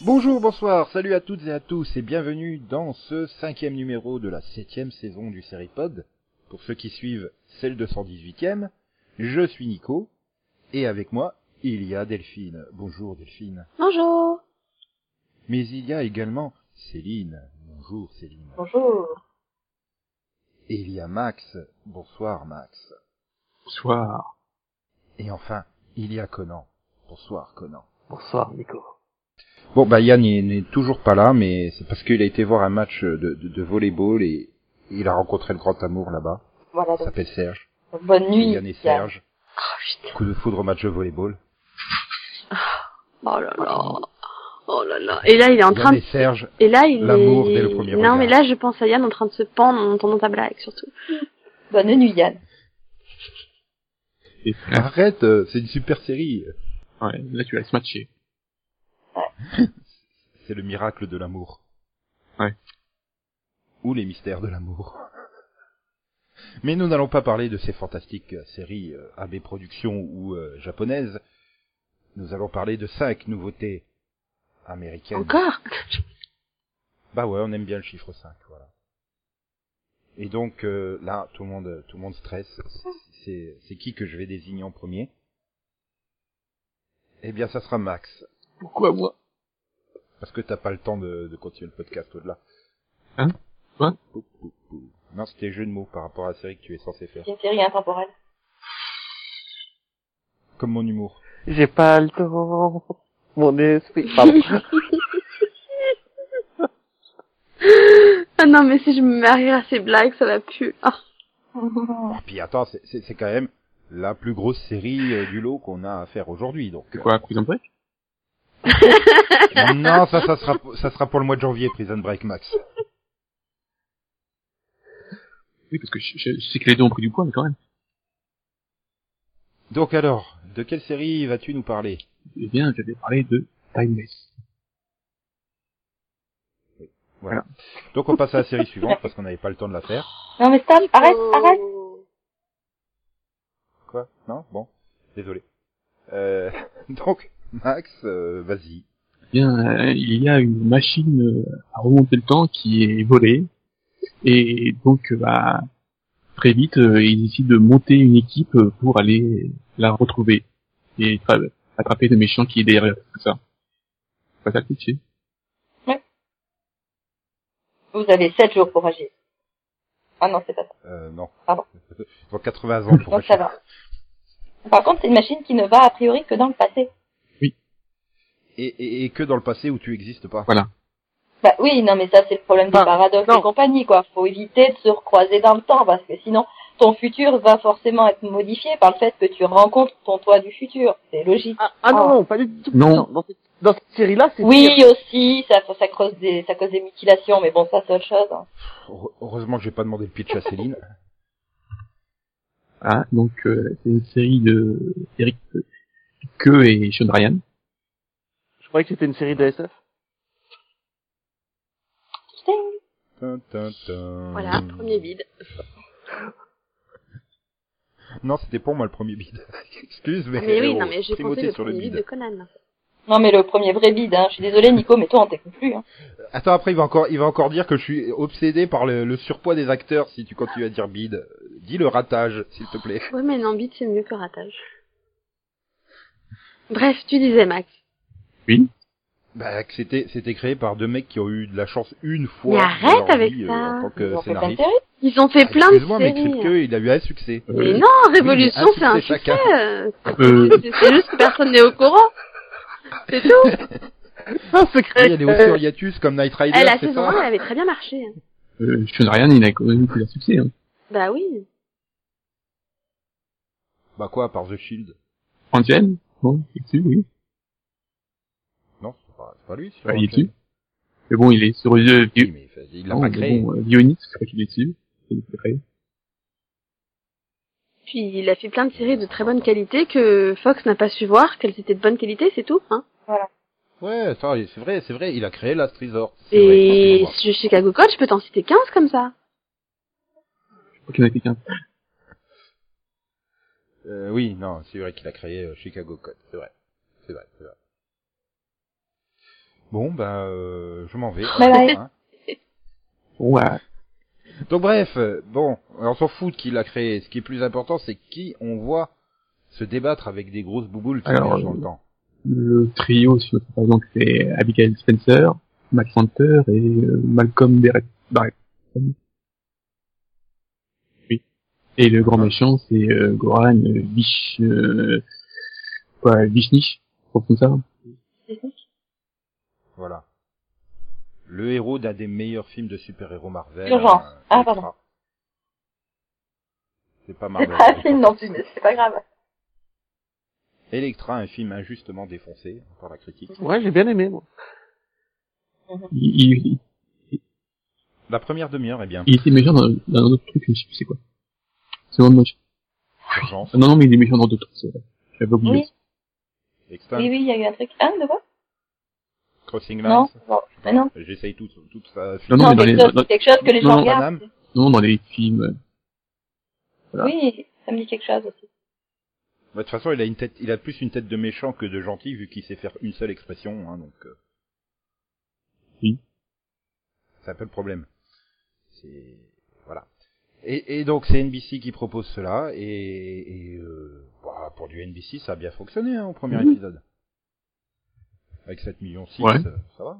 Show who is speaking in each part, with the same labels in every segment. Speaker 1: Bonjour, bonsoir, salut à toutes et à tous et bienvenue dans ce cinquième numéro de la septième saison du Seripod. Pour ceux qui suivent, c'est le 218e. Je suis Nico et avec moi, il y a Delphine. Bonjour Delphine.
Speaker 2: Bonjour.
Speaker 1: Mais il y a également Céline. Bonjour Céline.
Speaker 2: Bonjour.
Speaker 1: Et il y a Max. Bonsoir Max.
Speaker 3: Bonsoir.
Speaker 1: Et enfin, il y a Conan. Bonsoir Conan.
Speaker 4: Bonsoir Nico.
Speaker 1: Bon, bah Yann il n'est toujours pas là, mais c'est parce qu'il a été voir un match de, de, de volleyball et il a rencontré le grand amour là-bas.
Speaker 2: Voilà,
Speaker 1: Il
Speaker 2: donc,
Speaker 1: s'appelle Serge.
Speaker 2: bonne nuit.
Speaker 1: Yann et Serge.
Speaker 2: Oh, putain.
Speaker 1: Coup de foudre au match de volleyball.
Speaker 2: Oh là là. Oh là là. Et là, il est en train
Speaker 1: Yann
Speaker 2: de...
Speaker 1: et Serge.
Speaker 2: Et là, il
Speaker 1: L'amour
Speaker 2: est...
Speaker 1: dès le premier
Speaker 2: non,
Speaker 1: regard.
Speaker 2: mais là, je pense à Yann en train de se pendre en entendant ta blague, surtout. Bonne nuit, Yann.
Speaker 3: Et là,
Speaker 1: Arrête, euh, c'est une super série.
Speaker 3: ouais, là, tu vas se matcher.
Speaker 1: C'est le miracle de l'amour.
Speaker 3: Ouais.
Speaker 1: Ou les mystères de l'amour. Mais nous n'allons pas parler de ces fantastiques euh, séries euh, AB Productions ou euh, japonaises. Nous allons parler de cinq nouveautés américaines.
Speaker 2: Encore
Speaker 1: Bah ouais, on aime bien le chiffre 5, voilà. Et donc euh, là, tout le monde, tout le monde stresse. C'est, c'est qui que je vais désigner en premier Eh bien, ça sera Max,
Speaker 3: Pourquoi moi
Speaker 1: parce que t'as pas le temps de, de continuer le podcast au-delà.
Speaker 3: Hein Quoi
Speaker 1: Pou, pou, pou. Non, c'était jeu de mots par rapport à la série que tu es censé faire.
Speaker 2: une série intemporelle.
Speaker 1: Comme mon humour.
Speaker 4: J'ai pas le temps. Mon esprit. Pardon.
Speaker 2: Ah non, mais si je me mets à rire à ces blagues, ça va plus. Ah.
Speaker 1: Et Ah, puis attends, c'est, c'est, c'est quand même la plus grosse série euh, du lot qu'on a à faire aujourd'hui, donc.
Speaker 3: C'est quoi, Prison Break
Speaker 1: euh, Non, ça, ça sera, ça sera pour le mois de janvier, Prison Break Max.
Speaker 3: Oui, parce que je, je- je sais que les deux ont pris du poids, mais quand même.
Speaker 1: Donc alors, de quelle série vas-tu nous parler
Speaker 3: Eh bien, je vais parler de Timeless.
Speaker 1: Donc on passe à la série suivante parce qu'on n'avait pas le temps de la faire.
Speaker 5: Non mais stop, arrête,
Speaker 4: Oh.
Speaker 2: Oh.
Speaker 5: arrête.
Speaker 1: Quoi Non Bon, désolé. Euh, donc Max, euh, vas-y.
Speaker 3: Eh bien, euh, il y a une machine euh, à remonter le temps qui est volée. Et donc, euh, bah, très vite, euh, ils décident de monter une équipe euh, pour aller la retrouver. Et tra- attraper le méchant qui est derrière tout ça. Pas ça le cliché.
Speaker 5: Vous avez 7 jours pour agir. Ah non, c'est pas ça.
Speaker 1: Euh, non.
Speaker 2: Ah.
Speaker 5: Pardon.
Speaker 1: Ils ont 80 ans pour
Speaker 5: Donc ça
Speaker 1: acheter.
Speaker 5: va. Par contre, c'est une machine qui ne va a priori que dans le passé.
Speaker 1: Et, et, et que dans le passé où tu existes pas.
Speaker 3: Voilà.
Speaker 5: Bah oui, non mais ça c'est le problème
Speaker 4: Enfin,
Speaker 5: des paradoxes
Speaker 4: non.
Speaker 5: et compagnie quoi. Faut éviter de se recroiser dans le temps parce que sinon ton futur va forcément être modifié par le fait que tu rencontres ton toi du futur. C'est logique.
Speaker 4: Ah, ah non, non, pas du tout.
Speaker 3: Non.
Speaker 4: Dans cette, dans cette série-là, c'est
Speaker 5: Oui aussi, ça, ça cause des, ça cause des mutilations, mais bon ça c'est autre chose. hein.
Speaker 1: Heure- Heureusement que j'ai pas demandé le pitch à Céline.
Speaker 3: Voilà, donc euh, c'est une série de Eric Que et Sean Ryan.
Speaker 4: Je croyais que c'était une série de SF.
Speaker 1: Tin, tin, tin.
Speaker 2: Voilà, premier vide.
Speaker 1: Non, c'était pour moi le premier bide. Excuse, mais.
Speaker 2: Mais oui,
Speaker 1: oh,
Speaker 2: non, mais j'ai
Speaker 1: primauté
Speaker 2: pensé le
Speaker 1: sur le
Speaker 2: premier vide de
Speaker 1: bide.
Speaker 2: Conan.
Speaker 5: Non mais le premier vrai bide, hein. je suis désolée Nico, mais toi on t'écoute plus. Hein.
Speaker 1: Attends, après il va encore, il va encore dire que je suis obsédé par le, le surpoids des acteurs si tu continues à dire bide. Dis le ratage, s'il te plaît.
Speaker 2: Ouais, mais non, bide, c'est mieux que ratage. Bref, tu disais, Max.
Speaker 1: Bah, que c'était c'était créé par deux mecs qui ont eu de la chance une fois.
Speaker 2: Mais
Speaker 1: de
Speaker 2: arrête
Speaker 1: leur vie,
Speaker 2: avec
Speaker 1: euh,
Speaker 2: ça.
Speaker 1: en tant
Speaker 5: Ils
Speaker 1: que
Speaker 5: ont fait plein
Speaker 1: scénariste.
Speaker 2: Ils ont fait
Speaker 5: de séries.
Speaker 1: Ah,
Speaker 2: plein de
Speaker 1: Excuse-moi, mais
Speaker 2: séries.
Speaker 1: Kripke, il a eu un succès.
Speaker 2: Mais
Speaker 3: Euh,
Speaker 2: non, Révolution,
Speaker 1: Oui, mais
Speaker 2: c'est un
Speaker 1: un
Speaker 2: succès.
Speaker 1: succès
Speaker 2: euh,
Speaker 3: euh,
Speaker 2: C'est c'est juste que personne n'est au courant. C'est tout.
Speaker 4: Un
Speaker 1: Oui,
Speaker 4: secret.
Speaker 1: elle est aussi en hiatus comme Night Rider,
Speaker 2: Eh, la
Speaker 1: c'est
Speaker 2: saison 1,
Speaker 1: ça
Speaker 2: euh, elle avait très bien marché. hein.
Speaker 3: euh, Sean Ryan, il a quand même eu plusieurs succès. Hein.
Speaker 2: Bah oui.
Speaker 1: Bah quoi, par The Shield
Speaker 3: Angel, bon, il est dessus, oui.
Speaker 1: Non, c'est pas, c'est pas lui. c'est
Speaker 3: Ouais,
Speaker 1: pas
Speaker 3: il est
Speaker 1: Angel.
Speaker 3: dessus. Mais bon, il est sur euh,
Speaker 1: Oui,
Speaker 3: Vieux.
Speaker 1: mais il fait- il l'a
Speaker 3: non,
Speaker 1: pas
Speaker 3: mais
Speaker 1: créé.
Speaker 3: Bon, euh, Dionys, je crois qu'il est dessus. C'est le préféré.
Speaker 2: Puis il a fait plein de séries de très bonne qualité que Fox n'a pas su voir, qu'elles étaient de bonne qualité, c'est tout. Hein.
Speaker 1: Ouais, ça, c'est vrai, c'est vrai, il a créé Last Resort. c'est vrai,
Speaker 2: Et
Speaker 1: excuse-moi.
Speaker 2: sur Chicago Code, je peux t'en citer 15 comme ça.
Speaker 3: qu'il y en avait 15.
Speaker 1: Euh, oui, non, c'est vrai qu'il a créé euh, Chicago Code, c'est vrai. C'est vrai, c'est vrai. Bon, bah, euh, je m'en vais.
Speaker 5: Bye bye.
Speaker 1: Hein.
Speaker 3: Ouais.
Speaker 1: Donc bref, euh, bon, on s'en fout de qui l'a créé. Ce qui est plus important, c'est qui on voit se débattre avec des grosses bouboules qui
Speaker 3: Alors,
Speaker 1: marchent
Speaker 3: euh,
Speaker 1: dans le temps.
Speaker 3: Le trio, si je me trompe pas, donc, c'est Abigail Spencer, Max Hunter et euh, Malcolm Barrett. Barrett. Oui. Et le grand méchant, c'est euh, Goran euh, Vish, euh, quoi, Vishnich, comme ça.
Speaker 1: Voilà. Le héros d'un des meilleurs films de super-héros Marvel.
Speaker 5: Urgence.
Speaker 1: euh,
Speaker 5: Ah,
Speaker 1: Elektra.
Speaker 5: pardon.
Speaker 1: C'est pas
Speaker 5: Ah, C'est
Speaker 1: Marvel.
Speaker 5: pas un film non plus, mais c'est pas grave.
Speaker 1: Electra, un film injustement défoncé par la critique.
Speaker 4: Ouais, j'ai bien aimé, moi.
Speaker 3: Il, il,
Speaker 1: La première demi-heure est bien.
Speaker 3: il était méchant dans, dans un autre truc, je sais plus c'est quoi. C'est vraiment méchant.
Speaker 1: Urgence.
Speaker 3: Ah Non, non, mais il est méchant dans d'autres trucs, c'est vrai. J'avais oublié.
Speaker 5: Oui.
Speaker 1: Extinct.
Speaker 5: Oui, oui, il y a eu un truc. Hein, de quoi
Speaker 1: Crossing
Speaker 5: Non,
Speaker 1: Lines.
Speaker 5: non, mais non.
Speaker 1: J'essaye tout, tout ça.
Speaker 3: Non, non, mais
Speaker 5: Non,
Speaker 3: dans
Speaker 5: quelque
Speaker 3: les-
Speaker 5: chose-
Speaker 3: dans-
Speaker 5: quelque chose que les
Speaker 3: non,
Speaker 5: gens
Speaker 3: non,
Speaker 5: regardent.
Speaker 1: Paname.
Speaker 3: Non, dans les films. euh, Voilà.
Speaker 5: Oui, ça me dit quelque chose aussi.
Speaker 1: Bah, De toute façon, il a une tête, il a plus une tête de méchant que de gentil vu qu'il sait faire une seule expression, hein, donc. euh.
Speaker 3: Oui.
Speaker 1: C'est un peu le problème. C'est voilà. Et, et donc c'est NBC qui propose cela et, et, euh, bah, pour du NBC ça a bien fonctionné hein, au premier
Speaker 3: Mhm.
Speaker 1: épisode. Avec 7 millions 6,
Speaker 3: Ouais.
Speaker 1: ça va.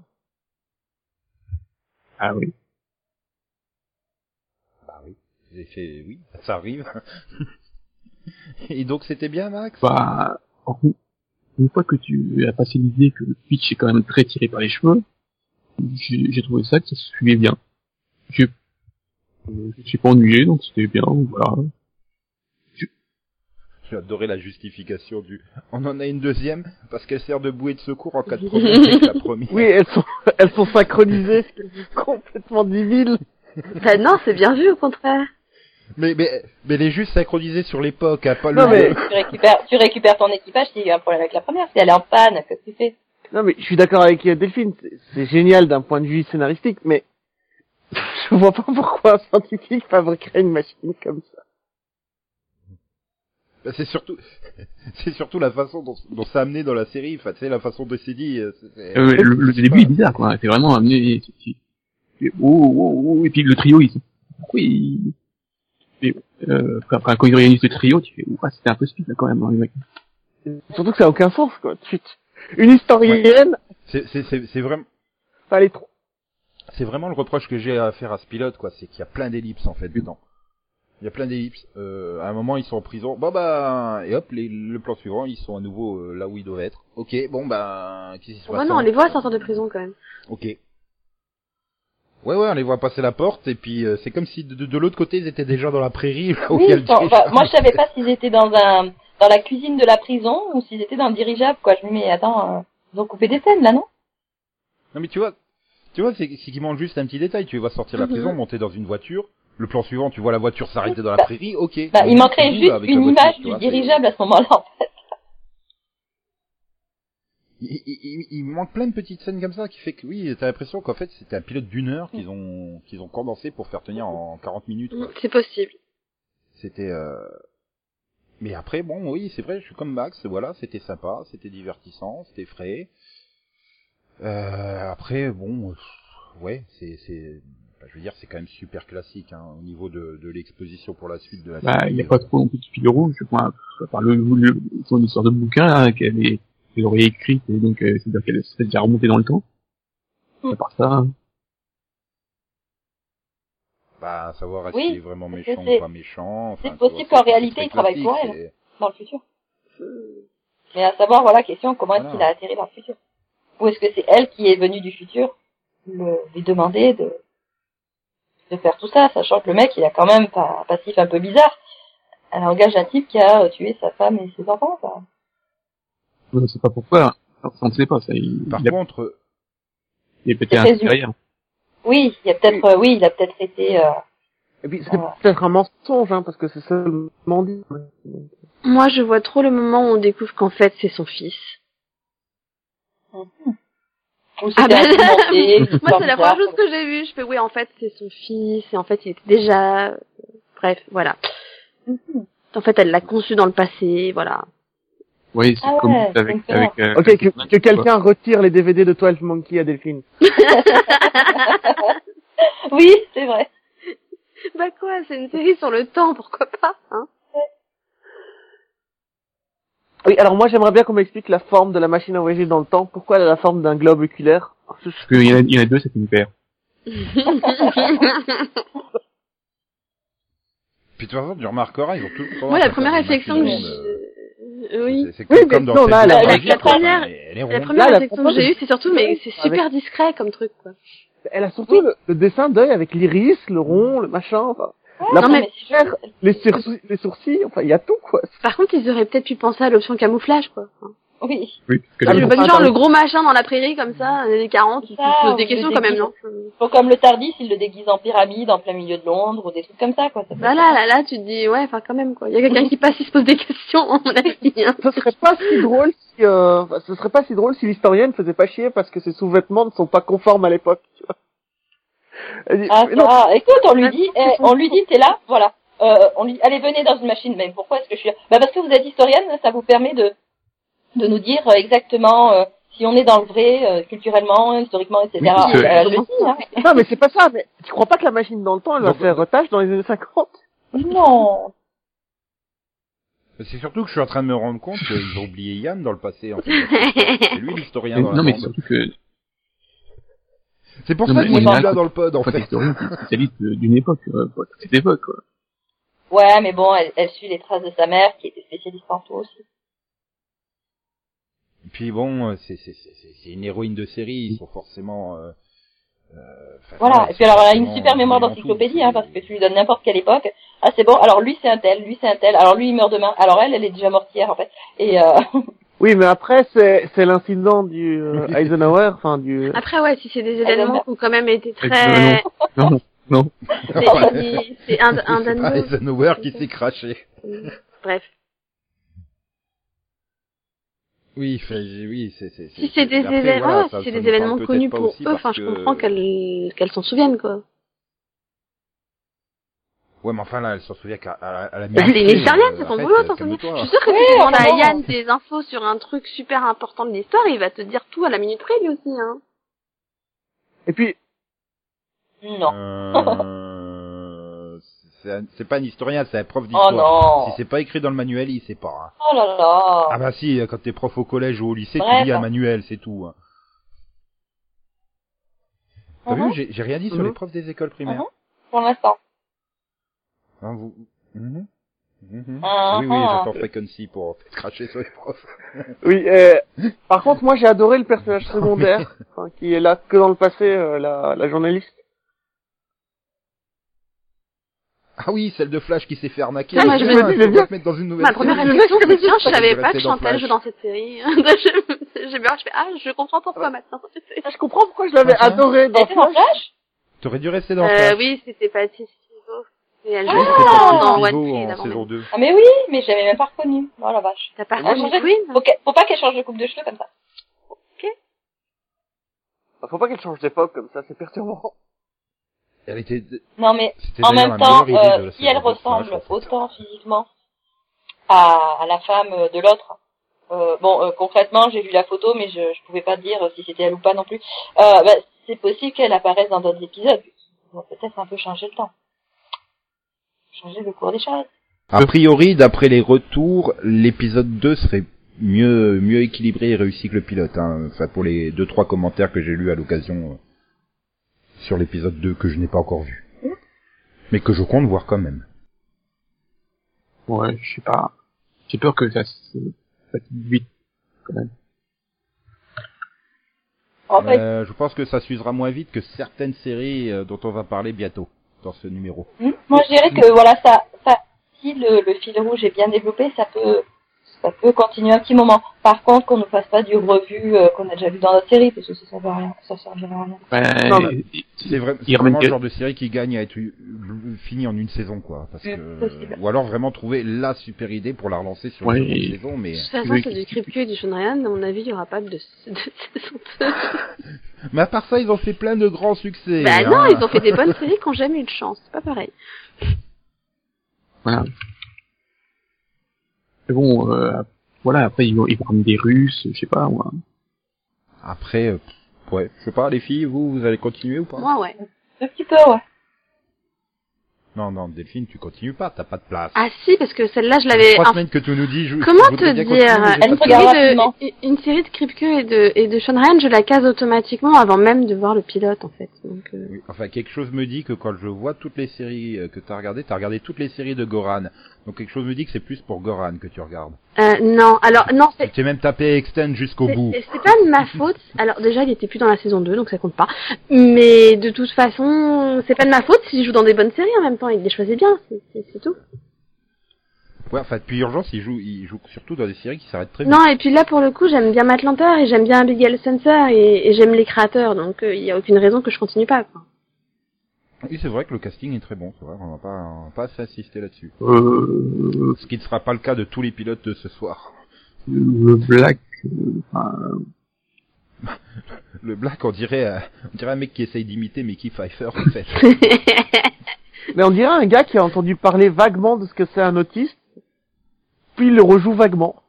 Speaker 3: Ah oui.
Speaker 1: Bah oui. J'ai fait oui, ça arrive. et donc c'était bien Max.
Speaker 3: Bah, en- une fois que tu as passé l'idée que le pitch est quand même très tiré par les cheveux, j'ai j'ai trouvé ça qui se suivait bien. Je euh, je suis pas ennuyé, donc c'était bien, voilà. Euh,
Speaker 1: J'ai adoré la justification du. On en a une deuxième parce qu'elle sert de bouée de secours en cas de problème avec la première.
Speaker 4: Oui, elles sont, elles sont synchronisées, complètement divines.
Speaker 2: Bah non, c'est bien vu au contraire.
Speaker 1: Mais mais mais elle est juste synchronisée sur l'époque, hein, pas le.
Speaker 4: Non, mais-
Speaker 5: Tu récupères, tu récupères ton équipage s'il y a eu un problème avec la première. Si elle est en panne, qu'est-ce que tu fais
Speaker 4: Non, mais je suis d'accord avec euh, Delphine, c'est- c'est génial d'un point de vue scénaristique, mais je vois pas pourquoi un scientifique fabriquerait une machine comme ça.
Speaker 1: Bah, C'est surtout c'est surtout la façon dont, dont ça a amené dans la série. Enfin, tu sais la façon dont c'est dit. euh, c'est- c'est-
Speaker 3: Euh, le, le début est bizarre, quoi. C'est vraiment amené. c'est- c'est- c'est- Oh, oh, oh, et puis le trio, il. Pourquoi il. mais, euh, après, après, quand il organise le trio, tu fais, ouah, c'était un peu speed, là, quand même, hein, les mecs.
Speaker 4: Surtout que ça a aucun sens, quoi. Chut. Une historienne,
Speaker 1: c'est c'est c'est- c'est vraiment
Speaker 4: enfin, les trois.
Speaker 1: c'est vraiment le reproche que j'ai à faire à ce pilote quoi, c'est qu'il y a plein d'ellipses en fait dedans. Il y a plein d'ellipses. Euh, à un moment ils sont en prison, bon bah et hop les- le plan suivant ils sont à nouveau euh, là où ils doivent être. Ok bon bah qu'est-ce qui se passe
Speaker 2: Ouais, non, on
Speaker 1: hein
Speaker 2: les voit sortir de prison quand même.
Speaker 1: Ok. Ouais, ouais, on les voit passer la porte, et puis euh, c'est comme si de, de- de l'autre côté ils étaient déjà dans la prairie. là où il y a le
Speaker 5: Oui, bon,
Speaker 1: dirigeable.
Speaker 5: bah, moi je savais pas s'ils étaient dans un dans la cuisine de la prison ou s'ils étaient dans le dirigeable quoi. Je me dis mais attends, euh, ils ont coupé des scènes là non
Speaker 1: Non, mais tu vois, tu vois, c'est c'est qu'il manque juste un petit détail. Tu les vois sortir de la
Speaker 2: Mhm.
Speaker 1: prison, monter dans une voiture. Le plan suivant, tu vois la voiture s'arrêter dans la prairie, ok.
Speaker 5: Bah il
Speaker 1: Bon,
Speaker 5: manquerait
Speaker 1: tu dis,
Speaker 5: juste
Speaker 1: bah, avec la
Speaker 5: une
Speaker 1: voiture,
Speaker 5: image
Speaker 1: tu
Speaker 5: du
Speaker 1: vois, c'est-
Speaker 5: dirigeable à ce moment-là. en fait.
Speaker 1: Il, il- il- il manque plein de petites scènes comme ça qui fait que oui, t'as l'impression qu'en fait c'était un pilote d'une heure qu'ils ont qu'ils ont condensé pour faire tenir en 40 minutes. quoi.
Speaker 2: Mm, C'est possible.
Speaker 1: C'était. euh, Mais après, bon, oui, c'est vrai, je suis comme Max, voilà, c'était sympa, c'était divertissant, c'était frais. Euh, après, bon, euh, ouais, c'est, c'est, enfin, je veux dire, c'est quand même super classique hein, au niveau de, de l'exposition pour la suite de la euh,
Speaker 3: Bah, il n'y a pas trop non plus de fil rouge, enfin, à part le, le, son histoire de bouquin, hein, qu'elle est, qu'elle aurait écrite, et donc, euh, c'est-à-dire qu'elle serait déjà remontée dans le temps.
Speaker 5: Mm.
Speaker 3: À part ça, hein.
Speaker 1: Bah, à savoir est-ce
Speaker 5: Oui,
Speaker 1: qu'il est vraiment
Speaker 5: parce que
Speaker 1: méchant
Speaker 5: c'est-
Speaker 1: ou pas méchant. enfin,
Speaker 5: c'est
Speaker 1: tu
Speaker 5: possible
Speaker 1: vois,
Speaker 5: qu'en
Speaker 1: c'est-
Speaker 5: réalité,
Speaker 1: c'est
Speaker 5: il travaille
Speaker 1: classique,
Speaker 5: pour elle.
Speaker 1: c'est-
Speaker 5: dans le futur. Mais à savoir voilà question comment est-ce
Speaker 1: Voilà.
Speaker 5: qu'il a atterri dans le futur Ou est-ce que c'est elle qui est venue du futur le- lui demander de de faire tout ça, sachant que le mec il a quand même pas- un passif un peu bizarre. Elle engage un type qui a euh, tué sa femme et ses enfants. quoi.
Speaker 3: on ne sait pas pourquoi, hein. Alors, ça, on ne sait pas, ça, il,
Speaker 1: Par
Speaker 3: il, a,
Speaker 1: contre,
Speaker 3: il a pété un
Speaker 5: c'est
Speaker 3: truc derrière.
Speaker 5: Oui, il y a peut-être, euh, oui, il a peut-être été. euh,
Speaker 4: Et puis, c'est peut-être un mensonge, hein, parce que c'est seulement dit.
Speaker 2: Moi, je vois trop le moment où on découvre qu'en fait, c'est son fils.
Speaker 5: ou
Speaker 2: Ah
Speaker 5: c'était
Speaker 2: bah,
Speaker 5: instrumenté, une
Speaker 2: Moi,
Speaker 5: histoire
Speaker 2: c'est la
Speaker 5: bizarre.
Speaker 2: première chose que j'ai vue. Je fais, oui, en fait, c'est son fils, et en fait, il était déjà... euh, Bref, voilà. En fait, elle l'a conçu dans le passé, voilà.
Speaker 3: Oui, c'est
Speaker 5: Ah
Speaker 3: comme
Speaker 5: ouais,
Speaker 3: avec,
Speaker 5: donc
Speaker 3: avec, euh,
Speaker 4: Ok, que, que quelqu'un retire les DVD de 12 Monkey à Delphine.
Speaker 5: Oui, c'est vrai.
Speaker 2: Bah quoi, c'est une série sur le temps, pourquoi pas, hein
Speaker 4: Oui, alors moi j'aimerais bien qu'on m'explique la forme de la machine à voyager dans le temps. Pourquoi elle a la forme d'un globe oculaire
Speaker 3: Parce qu'il y, en a- il y en a deux, c'est une paire.
Speaker 1: Puis de toute façon, tu remarqueras, ils ont tout
Speaker 2: Moi, la première réflexion que j'ai... Euh, Oui.
Speaker 1: C'est comme,
Speaker 4: Oui, mais
Speaker 1: comme dans
Speaker 4: non, là,
Speaker 1: Sex
Speaker 4: la-
Speaker 1: and the
Speaker 2: la-
Speaker 1: City,
Speaker 2: la
Speaker 1: quoi,
Speaker 2: première-
Speaker 1: mais Elle est
Speaker 2: La
Speaker 1: ronde.
Speaker 2: première
Speaker 4: Là, la
Speaker 2: réflexion que
Speaker 4: première-
Speaker 2: j'ai eue, c'est surtout, mais c'est super discret comme truc, quoi.
Speaker 4: Elle a surtout le, le dessin d'œil avec l'iris, le rond, le machin, enfin,
Speaker 5: Ouais,
Speaker 4: La
Speaker 5: non,
Speaker 2: première-
Speaker 5: mais si je-
Speaker 4: les, sursi- les sourcils, enfin il y a tout quoi.
Speaker 2: Par contre, ils auraient peut-être pu penser à l'option camouflage, quoi.
Speaker 5: Oui.
Speaker 3: Oui, parce que
Speaker 4: Ah,
Speaker 3: les-
Speaker 4: mais
Speaker 2: Parce que
Speaker 4: pourquoi
Speaker 2: genre,
Speaker 4: attendre
Speaker 2: le gros machin dans la prairie, comme ça, dans les années 40, tu tu
Speaker 5: Ça,
Speaker 2: te poses
Speaker 5: ou
Speaker 2: des
Speaker 5: le
Speaker 2: questions quand même,
Speaker 5: déguise.
Speaker 2: non
Speaker 5: Faut comme le Tardis, il le déguise en pyramide, en plein milieu de Londres, ou des trucs comme ça, quoi. Ça peut-
Speaker 2: Voilà, Bah là, là, tu te dis, ouais, enfin, quand même, quoi. Il y a quelqu'un qui passe, il se pose des questions, à mon avis, hein.
Speaker 4: Ce serait pas si drôle si, euh, enfin, ce serait pas si drôle si l'historienne faisait pas chier parce que ses sous-vêtements ne sont pas conformes à l'époque. tu vois. Elle dit,
Speaker 5: Ah,
Speaker 4: mais non,
Speaker 5: ça, écoute, on lui dit, eh, on lui dit, t'es là, voilà. Euh, on lui, allez, venez dans une machine. Mais pourquoi est-ce que je suis là Bah parce que vous êtes historienne, ça vous permet de de nous dire euh, exactement euh, si on est dans le vrai euh, culturellement, historiquement, etc.
Speaker 3: Oui, parce que-
Speaker 5: Elle a jeté, hein.
Speaker 4: non, mais c'est pas ça. Mais tu crois pas que la machine dans le temps elle va
Speaker 1: Donc-
Speaker 4: faire retâche dans les années 50
Speaker 5: Non.
Speaker 1: C'est surtout que je suis en train de me rendre compte qu'ils ont oublié Yann dans le passé, en fait. C'est lui l'historien
Speaker 3: mais-
Speaker 1: dans la
Speaker 3: non, mais c'est
Speaker 1: bande.
Speaker 3: surtout que,
Speaker 1: C'est pour
Speaker 3: Non,
Speaker 1: ça
Speaker 3: mais
Speaker 1: qu'ils
Speaker 5: en
Speaker 1: sont
Speaker 5: général,
Speaker 1: là dans le pod, en
Speaker 3: quand t'es
Speaker 1: fait.
Speaker 3: historien, t'es spécialiste euh, d'une époque, euh, pas toute cette époque, quoi.
Speaker 5: Ouais, mais bon, elle, elle suit les traces de sa mère qui était spécialiste en tout aussi.
Speaker 1: Puis bon, euh, c'est c'est- c'est- c'est- c'est une héroïne de série, ils sont forcément... euh, euh, enfin,
Speaker 5: Voilà.
Speaker 1: ils
Speaker 5: Et puis
Speaker 1: sont
Speaker 5: alors, elle a une
Speaker 1: forcément
Speaker 5: super mémoire
Speaker 1: bons en euh, tout,
Speaker 5: d'encyclopédie, hein,
Speaker 1: c'est-
Speaker 5: parce que tu lui donnes n'importe quelle époque. Ah, c'est bon. Alors lui, c'est un tel. Lui, c'est un tel. Alors lui, il meurt demain. Alors elle, elle est déjà morte hier, en fait. Et euh,
Speaker 4: Oui, mais après c'est c'est l'incident du euh, Eisenhower, enfin du.
Speaker 2: Après, ouais, si c'est des événements qui ont quand même été
Speaker 3: Et
Speaker 2: très...
Speaker 3: non, non, non.
Speaker 2: C'est c'est un, un
Speaker 1: C'est pas
Speaker 2: dano-
Speaker 1: Eisenhower qui s'est craché.
Speaker 2: Bref.
Speaker 1: Oui, enfin, j'ai- oui, c'est... c'est-
Speaker 2: Si c'est des,
Speaker 1: après,
Speaker 2: événements,
Speaker 1: voilà,
Speaker 2: ouais,
Speaker 1: ça-
Speaker 2: si c'est
Speaker 1: ça
Speaker 2: des
Speaker 1: nous parle
Speaker 2: événements
Speaker 1: peut-être
Speaker 2: connus
Speaker 1: pas
Speaker 2: pour
Speaker 1: aussi
Speaker 2: eux, enfin,
Speaker 1: parce
Speaker 2: je
Speaker 1: que-
Speaker 2: comprends qu'elles qu'elles s'en souviennent, quoi.
Speaker 1: Ouais, mais enfin, là, elle s'en souvient qu'à à, à la
Speaker 2: Bah, elle est
Speaker 1: mi-midi,
Speaker 2: historienne,
Speaker 1: euh,
Speaker 2: c'est son
Speaker 1: arrête,
Speaker 2: boulot,
Speaker 1: euh,
Speaker 2: t'en souviens. Je
Speaker 1: calme-toi.
Speaker 2: suis sûre que
Speaker 5: Oui,
Speaker 2: si tu demandes à
Speaker 5: vraiment.
Speaker 2: Yann des infos sur un truc super important de l'histoire, il va te dire tout à la minute près, lui aussi, hein.
Speaker 4: Et puis
Speaker 5: non.
Speaker 1: Euh, c'est un- c'est pas un historien, c'est un prof
Speaker 5: Oh
Speaker 1: d'histoire.
Speaker 5: non.
Speaker 1: Si c'est pas écrit dans le manuel, il sait pas. hein.
Speaker 5: Oh là là.
Speaker 1: Ah bah si, quand t'es prof au collège ou au lycée,
Speaker 5: Bref.
Speaker 1: tu lis un manuel, c'est tout. hein. T'as
Speaker 2: Uh-huh.
Speaker 5: Mhm.
Speaker 1: vu, j'ai- j'ai rien dit sur
Speaker 4: Mhm.
Speaker 1: les profs des écoles primaires.
Speaker 5: Pour l'instant.
Speaker 1: Hein, vous... Mhm. Mhm.
Speaker 2: Uh-huh.
Speaker 5: Ah,
Speaker 1: Oui, oui,
Speaker 5: ah.
Speaker 1: j'attends Frequency pour cracher sur les profs.
Speaker 4: oui. euh, par contre, moi j'ai adoré le personnage secondaire enfin, qui est là que dans le passé, euh, la la journaliste.
Speaker 1: Ah oui, celle de Flash qui s'est fait arnaquer.
Speaker 2: Ah, moi, je me
Speaker 1: Tiens,
Speaker 4: dis,
Speaker 1: faut
Speaker 4: mais
Speaker 1: bien
Speaker 4: bien.
Speaker 1: te mettre dans une nouvelle
Speaker 2: Ma première
Speaker 1: série.
Speaker 2: réflexion, c'est tiens, je savais
Speaker 1: Je
Speaker 2: pas que
Speaker 1: restais dans
Speaker 2: Chantal
Speaker 1: Flash.
Speaker 2: joue dans cette série. J'ai j'ai bien, je fais, ah, je comprends pourquoi maintenant.
Speaker 4: Je comprends pourquoi je l'avais
Speaker 1: Ah, tiens.
Speaker 4: adoré
Speaker 5: Elle
Speaker 4: dans
Speaker 5: était dans
Speaker 4: Flash.
Speaker 5: Flash
Speaker 1: T'aurais dû rester dans
Speaker 2: Euh,
Speaker 1: Flash.
Speaker 2: oui, Oh, c'était Patty Spivo. Et elle joue
Speaker 5: Ah,
Speaker 1: C'est
Speaker 2: dans,
Speaker 5: non,
Speaker 1: parti
Speaker 2: dans
Speaker 1: Pivot
Speaker 2: One Tree,
Speaker 1: en
Speaker 2: d'avant.
Speaker 1: saison 2.
Speaker 5: Ah mais oui, mais je l'avais même pas reconnue. Oh la vache.
Speaker 2: T'as pas
Speaker 5: Ah,
Speaker 2: reconnu
Speaker 5: j'ai-
Speaker 2: Queen
Speaker 5: Faut, qu'elle- faut pas qu'elle change de coupe de cheveux comme ça.
Speaker 4: Faut pas qu'elle change d'époque comme ça, c'est perturbant.
Speaker 1: Elle était...
Speaker 5: Non mais
Speaker 1: C'était
Speaker 5: en
Speaker 1: d'ailleurs
Speaker 5: même
Speaker 1: la
Speaker 5: temps,
Speaker 1: meilleure idée de
Speaker 5: euh,
Speaker 1: la
Speaker 5: si elle
Speaker 1: saison hein, deux de Flash,
Speaker 5: ressemble
Speaker 1: en fait.
Speaker 5: autant physiquement à, à la femme euh, de l'autre, euh, bon euh, concrètement j'ai vu la photo mais je, je pouvais pas dire si c'était elle ou pas non plus. Euh, bah, c'est possible qu'elle apparaisse dans d'autres épisodes. Ils vont peut-être un peu changer le temps. Changer le cours des choses.
Speaker 1: A priori, d'après les retours, l'épisode 2 serait mieux mieux équilibré et réussi que le pilote. Hein. Enfin, pour les deux trois commentaires que j'ai lus à l'occasion euh, sur l'épisode 2 que je n'ai pas encore vu, mais que je compte voir quand même.
Speaker 3: Ouais, je sais pas. J'ai peur que ça se fatigue vite, quand même.
Speaker 5: En fait,
Speaker 1: Euh, je pense que ça s'usera moins vite que certaines séries euh, dont on va parler bientôt dans ce numéro.
Speaker 5: Hmm. Moi, je dirais que voilà, ça, ça, si le, le fil rouge est bien développé, ça peut, ça peut continuer un petit moment. Par contre, qu'on ne fasse pas du revu euh, qu'on a déjà vu dans notre série, parce que ça sert à rien, ça servira à rien.
Speaker 3: Ouais,
Speaker 4: Non, mais-
Speaker 3: et-
Speaker 1: C'est vrai, c'est
Speaker 3: Ils remettent
Speaker 1: vraiment
Speaker 3: que-
Speaker 1: le genre de série qui gagne à être u- u- finie en une saison, quoi. Parce
Speaker 5: Mm,
Speaker 1: que...
Speaker 5: possible.
Speaker 1: Ou alors vraiment trouver la super idée pour la relancer sur
Speaker 3: Ouais,
Speaker 1: une
Speaker 3: et-
Speaker 1: saison, mais... euh,
Speaker 2: De toute façon,
Speaker 3: Oui.
Speaker 2: c'est du Kripke et du Shonryan. À mon avis, il y aura pas de, de saison 2.
Speaker 1: Mais à part ça, ils ont fait plein de grands succès.
Speaker 2: Bah
Speaker 1: hein.
Speaker 2: non, ils ont fait des bonnes séries qui ont jamais eu de chance. C'est pas pareil.
Speaker 3: Voilà. Mais bon, euh, voilà, après, ils vont, ils vont ramener des Russes, je sais pas, moi.
Speaker 1: Après, euh, pff, ouais, je sais pas, les filles, vous, vous allez continuer ou pas
Speaker 2: Moi, ouais.
Speaker 5: Un petit peu, ouais.
Speaker 1: Non, non, Delphine, tu continues pas, t'as pas de place.
Speaker 2: Ah si, parce que celle-là, je
Speaker 1: Ça fait
Speaker 2: l'avais...
Speaker 1: trois
Speaker 2: en-
Speaker 1: semaines que tu nous dis. Je,
Speaker 2: Comment
Speaker 1: je voudrais
Speaker 2: te
Speaker 1: bien
Speaker 2: dire,
Speaker 1: continuer, mais j'ai
Speaker 2: elle
Speaker 1: pas
Speaker 2: Une
Speaker 1: de
Speaker 5: regarde.
Speaker 1: place.
Speaker 2: série,
Speaker 5: rapidement.
Speaker 2: de, une série de Kripke et de, et de Sean Ryan, je la case automatiquement avant même de voir le pilote, en fait. Donc, euh,
Speaker 1: Oui, Enfin, quelque chose me dit que quand je vois toutes les séries euh, que t'as regardées, t'as regardé toutes les séries de Goran. Donc quelque chose me dit que c'est plus pour Goran que tu regardes.
Speaker 2: euh, non, alors, non, c'est...
Speaker 1: Tu t'es même tapé Extend jusqu'au
Speaker 2: C'est
Speaker 1: bout.
Speaker 2: c'est- c'est pas de ma faute. Alors déjà, il était plus dans la saison 2, donc ça compte pas. Mais de toute façon, c'est pas de ma faute s'il joue dans des bonnes séries en même temps. Il les choisit bien, c'est- c'est c'est tout.
Speaker 1: Ouais, enfin, depuis Urgence, il joue, il joue surtout dans des séries qui s'arrêtent très vite.
Speaker 2: Non, et puis là, pour le coup, j'aime bien Matt Lanter et j'aime bien Abigail Sensor et, et j'aime les créateurs, donc euh, il n'y a aucune raison que je continue pas. Quoi.
Speaker 1: Oui, c'est vrai que le casting est très bon, c'est vrai, on va pas, on va pas assez insister là-dessus.
Speaker 3: Euh,
Speaker 1: Ce qui ne sera pas le cas de tous les pilotes de ce soir.
Speaker 3: le Black, euh, enfin,
Speaker 1: Le Black, on dirait, euh, on dirait un mec qui essaye d'imiter Mickey Pfeiffer, en fait.
Speaker 4: Mais on dirait un gars qui a entendu parler vaguement de ce que c'est un autiste, puis il le rejoue vaguement.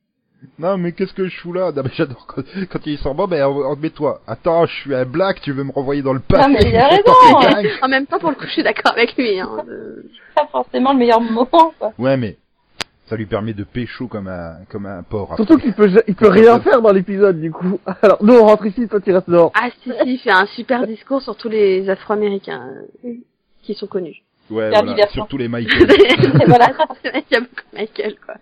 Speaker 1: non, mais qu'est-ce que je fous là Non, mais j'adore quand, quand il sort, bon, ben, remets-toi. Attends, je suis un Black, tu veux me renvoyer dans le
Speaker 5: Non,
Speaker 1: passé
Speaker 5: mais il a
Speaker 1: T'es
Speaker 5: raison. hein.
Speaker 1: dingue.
Speaker 2: en même temps, pour le coup, je suis d'accord avec lui. Hein, Euh,
Speaker 5: C'est pas forcément le meilleur moment, quoi.
Speaker 1: Ouais, mais ça lui permet de pécho comme un, comme un porc. après.
Speaker 4: Surtout qu'il peut, ja- il peut rien faire dans l'épisode, du coup. Alors, nous, on rentre ici, toi, tu restes dehors.
Speaker 2: Ah si, si, il fait un super discours sur tous les Afro-Américains euh, qui sont connus.
Speaker 1: Ouais,
Speaker 5: Faire
Speaker 1: voilà,
Speaker 5: diversion.
Speaker 1: surtout les
Speaker 2: Et
Speaker 1: Michael.
Speaker 5: voilà.
Speaker 4: Ah,
Speaker 2: il y a beaucoup de Michael, quoi.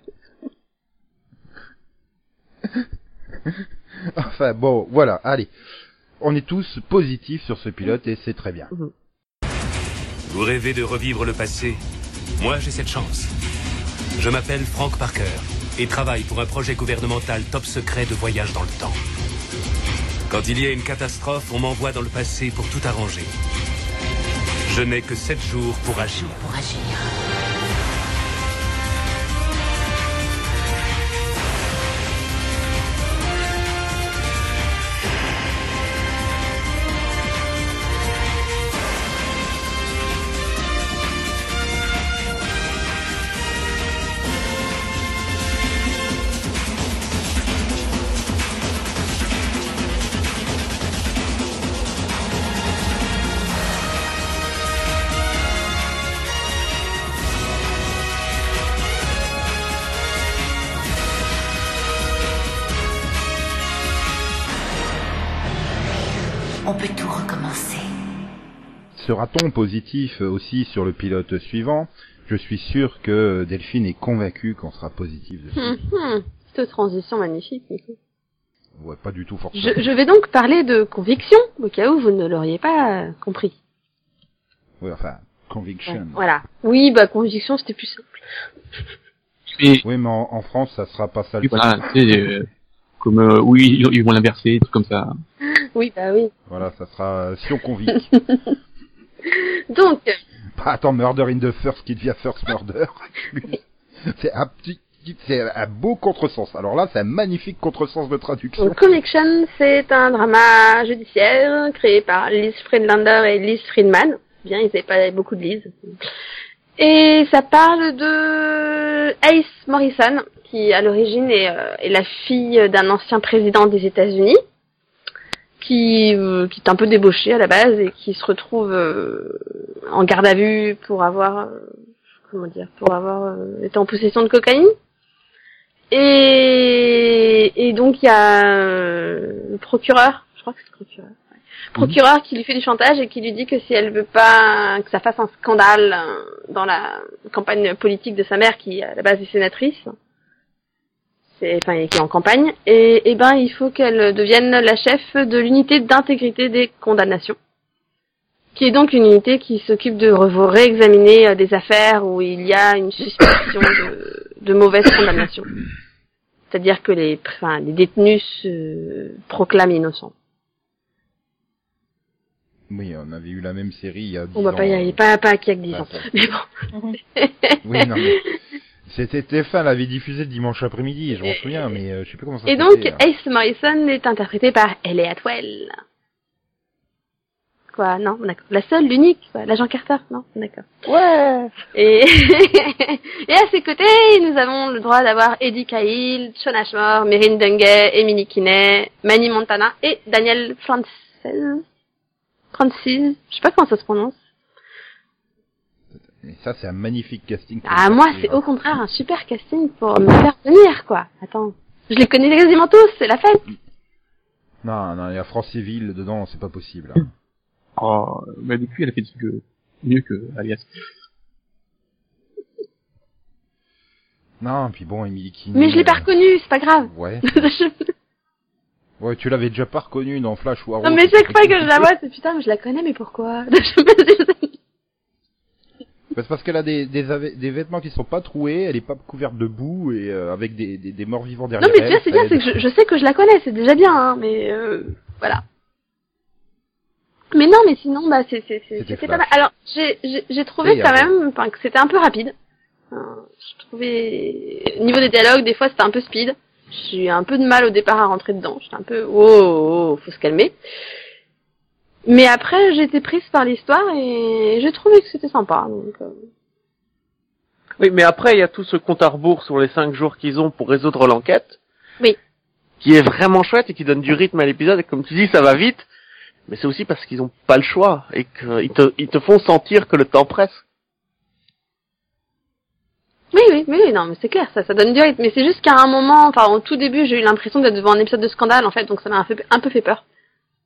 Speaker 1: enfin, bon, voilà, allez. On est tous positifs sur ce pilote et c'est très bien.
Speaker 6: Vous rêvez de revivre le passé Moi, j'ai cette chance. Je m'appelle Frank Parker et travaille pour un projet gouvernemental top secret de voyage dans le temps. Quand il y a une catastrophe, on m'envoie dans le passé pour tout arranger. Je n'ai que 7 jours pour agir.
Speaker 7: On peut tout recommencer.
Speaker 1: Sera-t-on positif euh, aussi sur le pilote suivant Je suis sûr que Delphine est convaincue qu'on sera positif dessus.
Speaker 5: Hmm.
Speaker 2: Hum, hum. Cette transition magnifique, Nico.
Speaker 1: Ouais, pas du tout forcément.
Speaker 2: Je, je vais donc parler de conviction, au cas où vous ne l'auriez pas euh, compris.
Speaker 1: Ouais, enfin, conviction.
Speaker 2: Voilà. Oui, bah conviction, c'était plus simple.
Speaker 3: mais,
Speaker 1: Oui, mais en, en France, ça sera pas ça le
Speaker 3: oui,
Speaker 1: titre.
Speaker 3: voilà, tu sais, euh, comme, euh, oui, ils, ils vont l'inverser, des trucs comme ça.
Speaker 2: Oui, bah oui.
Speaker 1: Voilà, ça sera euh, si on convict.
Speaker 2: Donc, euh,
Speaker 1: bah, attends, Murder in the First qui devient First Murder. c'est un petit, c'est un beau contresens. Alors là, c'est un magnifique contresens de traduction.
Speaker 2: donc, Conviction, Euh, c'est un drama judiciaire créé par Liz Friedlander et Liz Friedman. Bien, ils n'avaient pas beaucoup de Liz. Et ça parle de Ace Morrison, qui à l'origine est, euh, est la fille d'un ancien président des États-Unis, qui, euh, qui est un peu débauché à la base et qui se retrouve euh, en garde à vue pour avoir, euh, comment dire, pour avoir euh, été en possession de cocaïne. Et, et donc il y a euh, le procureur, je crois que c'est le procureur, ouais. procureur qui lui fait du chantage et qui lui dit que si elle veut pas que ça fasse un scandale euh, dans la campagne politique de sa mère qui à la base est sénatrice, c'est enfin qui est en campagne, et, et ben il faut qu'elle devienne la chef de l'unité d'intégrité des condamnations, qui est donc une unité qui s'occupe de revo- réexaminer euh, des affaires où il y a une suspicion de, de mauvaise condamnation. C'est-à-dire que les, pr- enfin, les détenus se proclament innocents.
Speaker 1: Oui, on avait eu la même série il y a 10
Speaker 2: On va bah, pas y
Speaker 1: ans.
Speaker 2: aller, pas, pas qu'il y a que 10
Speaker 1: Enfin,
Speaker 2: ans.
Speaker 1: ça-
Speaker 2: Mais bon,
Speaker 1: Oui, non, mais c'était TF1 l'avait diffusé dimanche après-midi, je m'en souviens, mais euh, je sais plus comment ça
Speaker 2: Et
Speaker 1: s'appelait.
Speaker 2: donc,
Speaker 1: hein.
Speaker 2: Ace Morrison est interprété par Ellie Atwell. quoi. Non, d'accord. La seule, l'unique, quoi. L'agent Carter, non, d'accord.
Speaker 4: Ouais.
Speaker 2: Et... et à ses côtés, nous avons le droit d'avoir Eddie Cahill, Sean Ashmore, Merin Dungay, Emily Kinney, Manny Montana et Daniel Frances. Francis, je sais pas comment ça se prononce.
Speaker 1: Mais ça, c'est un magnifique casting. pour
Speaker 2: Ah,
Speaker 1: une
Speaker 2: moi,
Speaker 1: actrice,
Speaker 2: c'est
Speaker 1: hein.
Speaker 2: au contraire un super casting pour me faire venir, quoi. Attends. Je les connais quasiment tous, c'est la fête.
Speaker 1: Non, non, il y a France Civil dedans, c'est pas possible.
Speaker 2: Mm.
Speaker 1: hein.
Speaker 3: Oh, mais depuis, elle a fait des trucs euh, mieux que Alias.
Speaker 1: non, puis bon, Emily Kinney...
Speaker 2: Mais je l'ai pas
Speaker 1: euh,
Speaker 2: reconnue, c'est pas grave.
Speaker 1: Ouais.
Speaker 2: Je-
Speaker 1: Ouais, tu l'avais déjà pas reconnue dans Flash ou Arrow.
Speaker 2: non, mais
Speaker 1: c'est
Speaker 2: chaque fois que je la vois, c'est putain, mais je la connais, mais pourquoi Je-
Speaker 1: Bah, c'est parce qu'elle a des, des, ave- des vêtements qui sont pas troués, elle est pas couverte de boue et euh, avec des, des, des morts vivants derrière
Speaker 2: Non, mais tu
Speaker 1: elle,
Speaker 2: vois, c'est
Speaker 1: ça
Speaker 2: bien, c'est
Speaker 1: aide.
Speaker 2: que je, je sais que je la connais, c'est déjà bien, hein, mais euh, voilà. Mais non, mais sinon, bah, c'est, c'est, c'est-
Speaker 1: C'était
Speaker 2: c'était pas mal.
Speaker 1: Flash.
Speaker 2: Alors, j'ai, j'ai, j'ai
Speaker 1: C'est
Speaker 2: trouvé quand
Speaker 1: Yahoo.
Speaker 2: même, enfin, que c'était un peu rapide. Enfin, je trouvais, au niveau des dialogues, des fois, c'était un peu speed. J'ai eu un peu de mal au départ à rentrer dedans. J'étais un peu, oh, oh, faut se calmer. Mais après, j'ai été prise par l'histoire et j'ai trouvé que c'était sympa. Donc, euh,
Speaker 4: Oui, mais après, il y a tout ce compte à rebours sur les cinq jours qu'ils ont pour résoudre l'enquête.
Speaker 2: Oui.
Speaker 4: Qui est vraiment chouette et qui donne du rythme à l'épisode. Et comme tu dis, ça va vite. Mais c'est aussi parce qu'ils ont pas le choix et qu'ils te, ils te font sentir que le temps presse.
Speaker 2: Oui, oui, oui, oui, non, mais c'est clair, ça, ça donne du rythme. Mais c'est juste qu'à un moment, enfin, au tout début, j'ai eu l'impression d'être devant un épisode de scandale, en fait, donc ça m'a un, peu- un peu fait peur.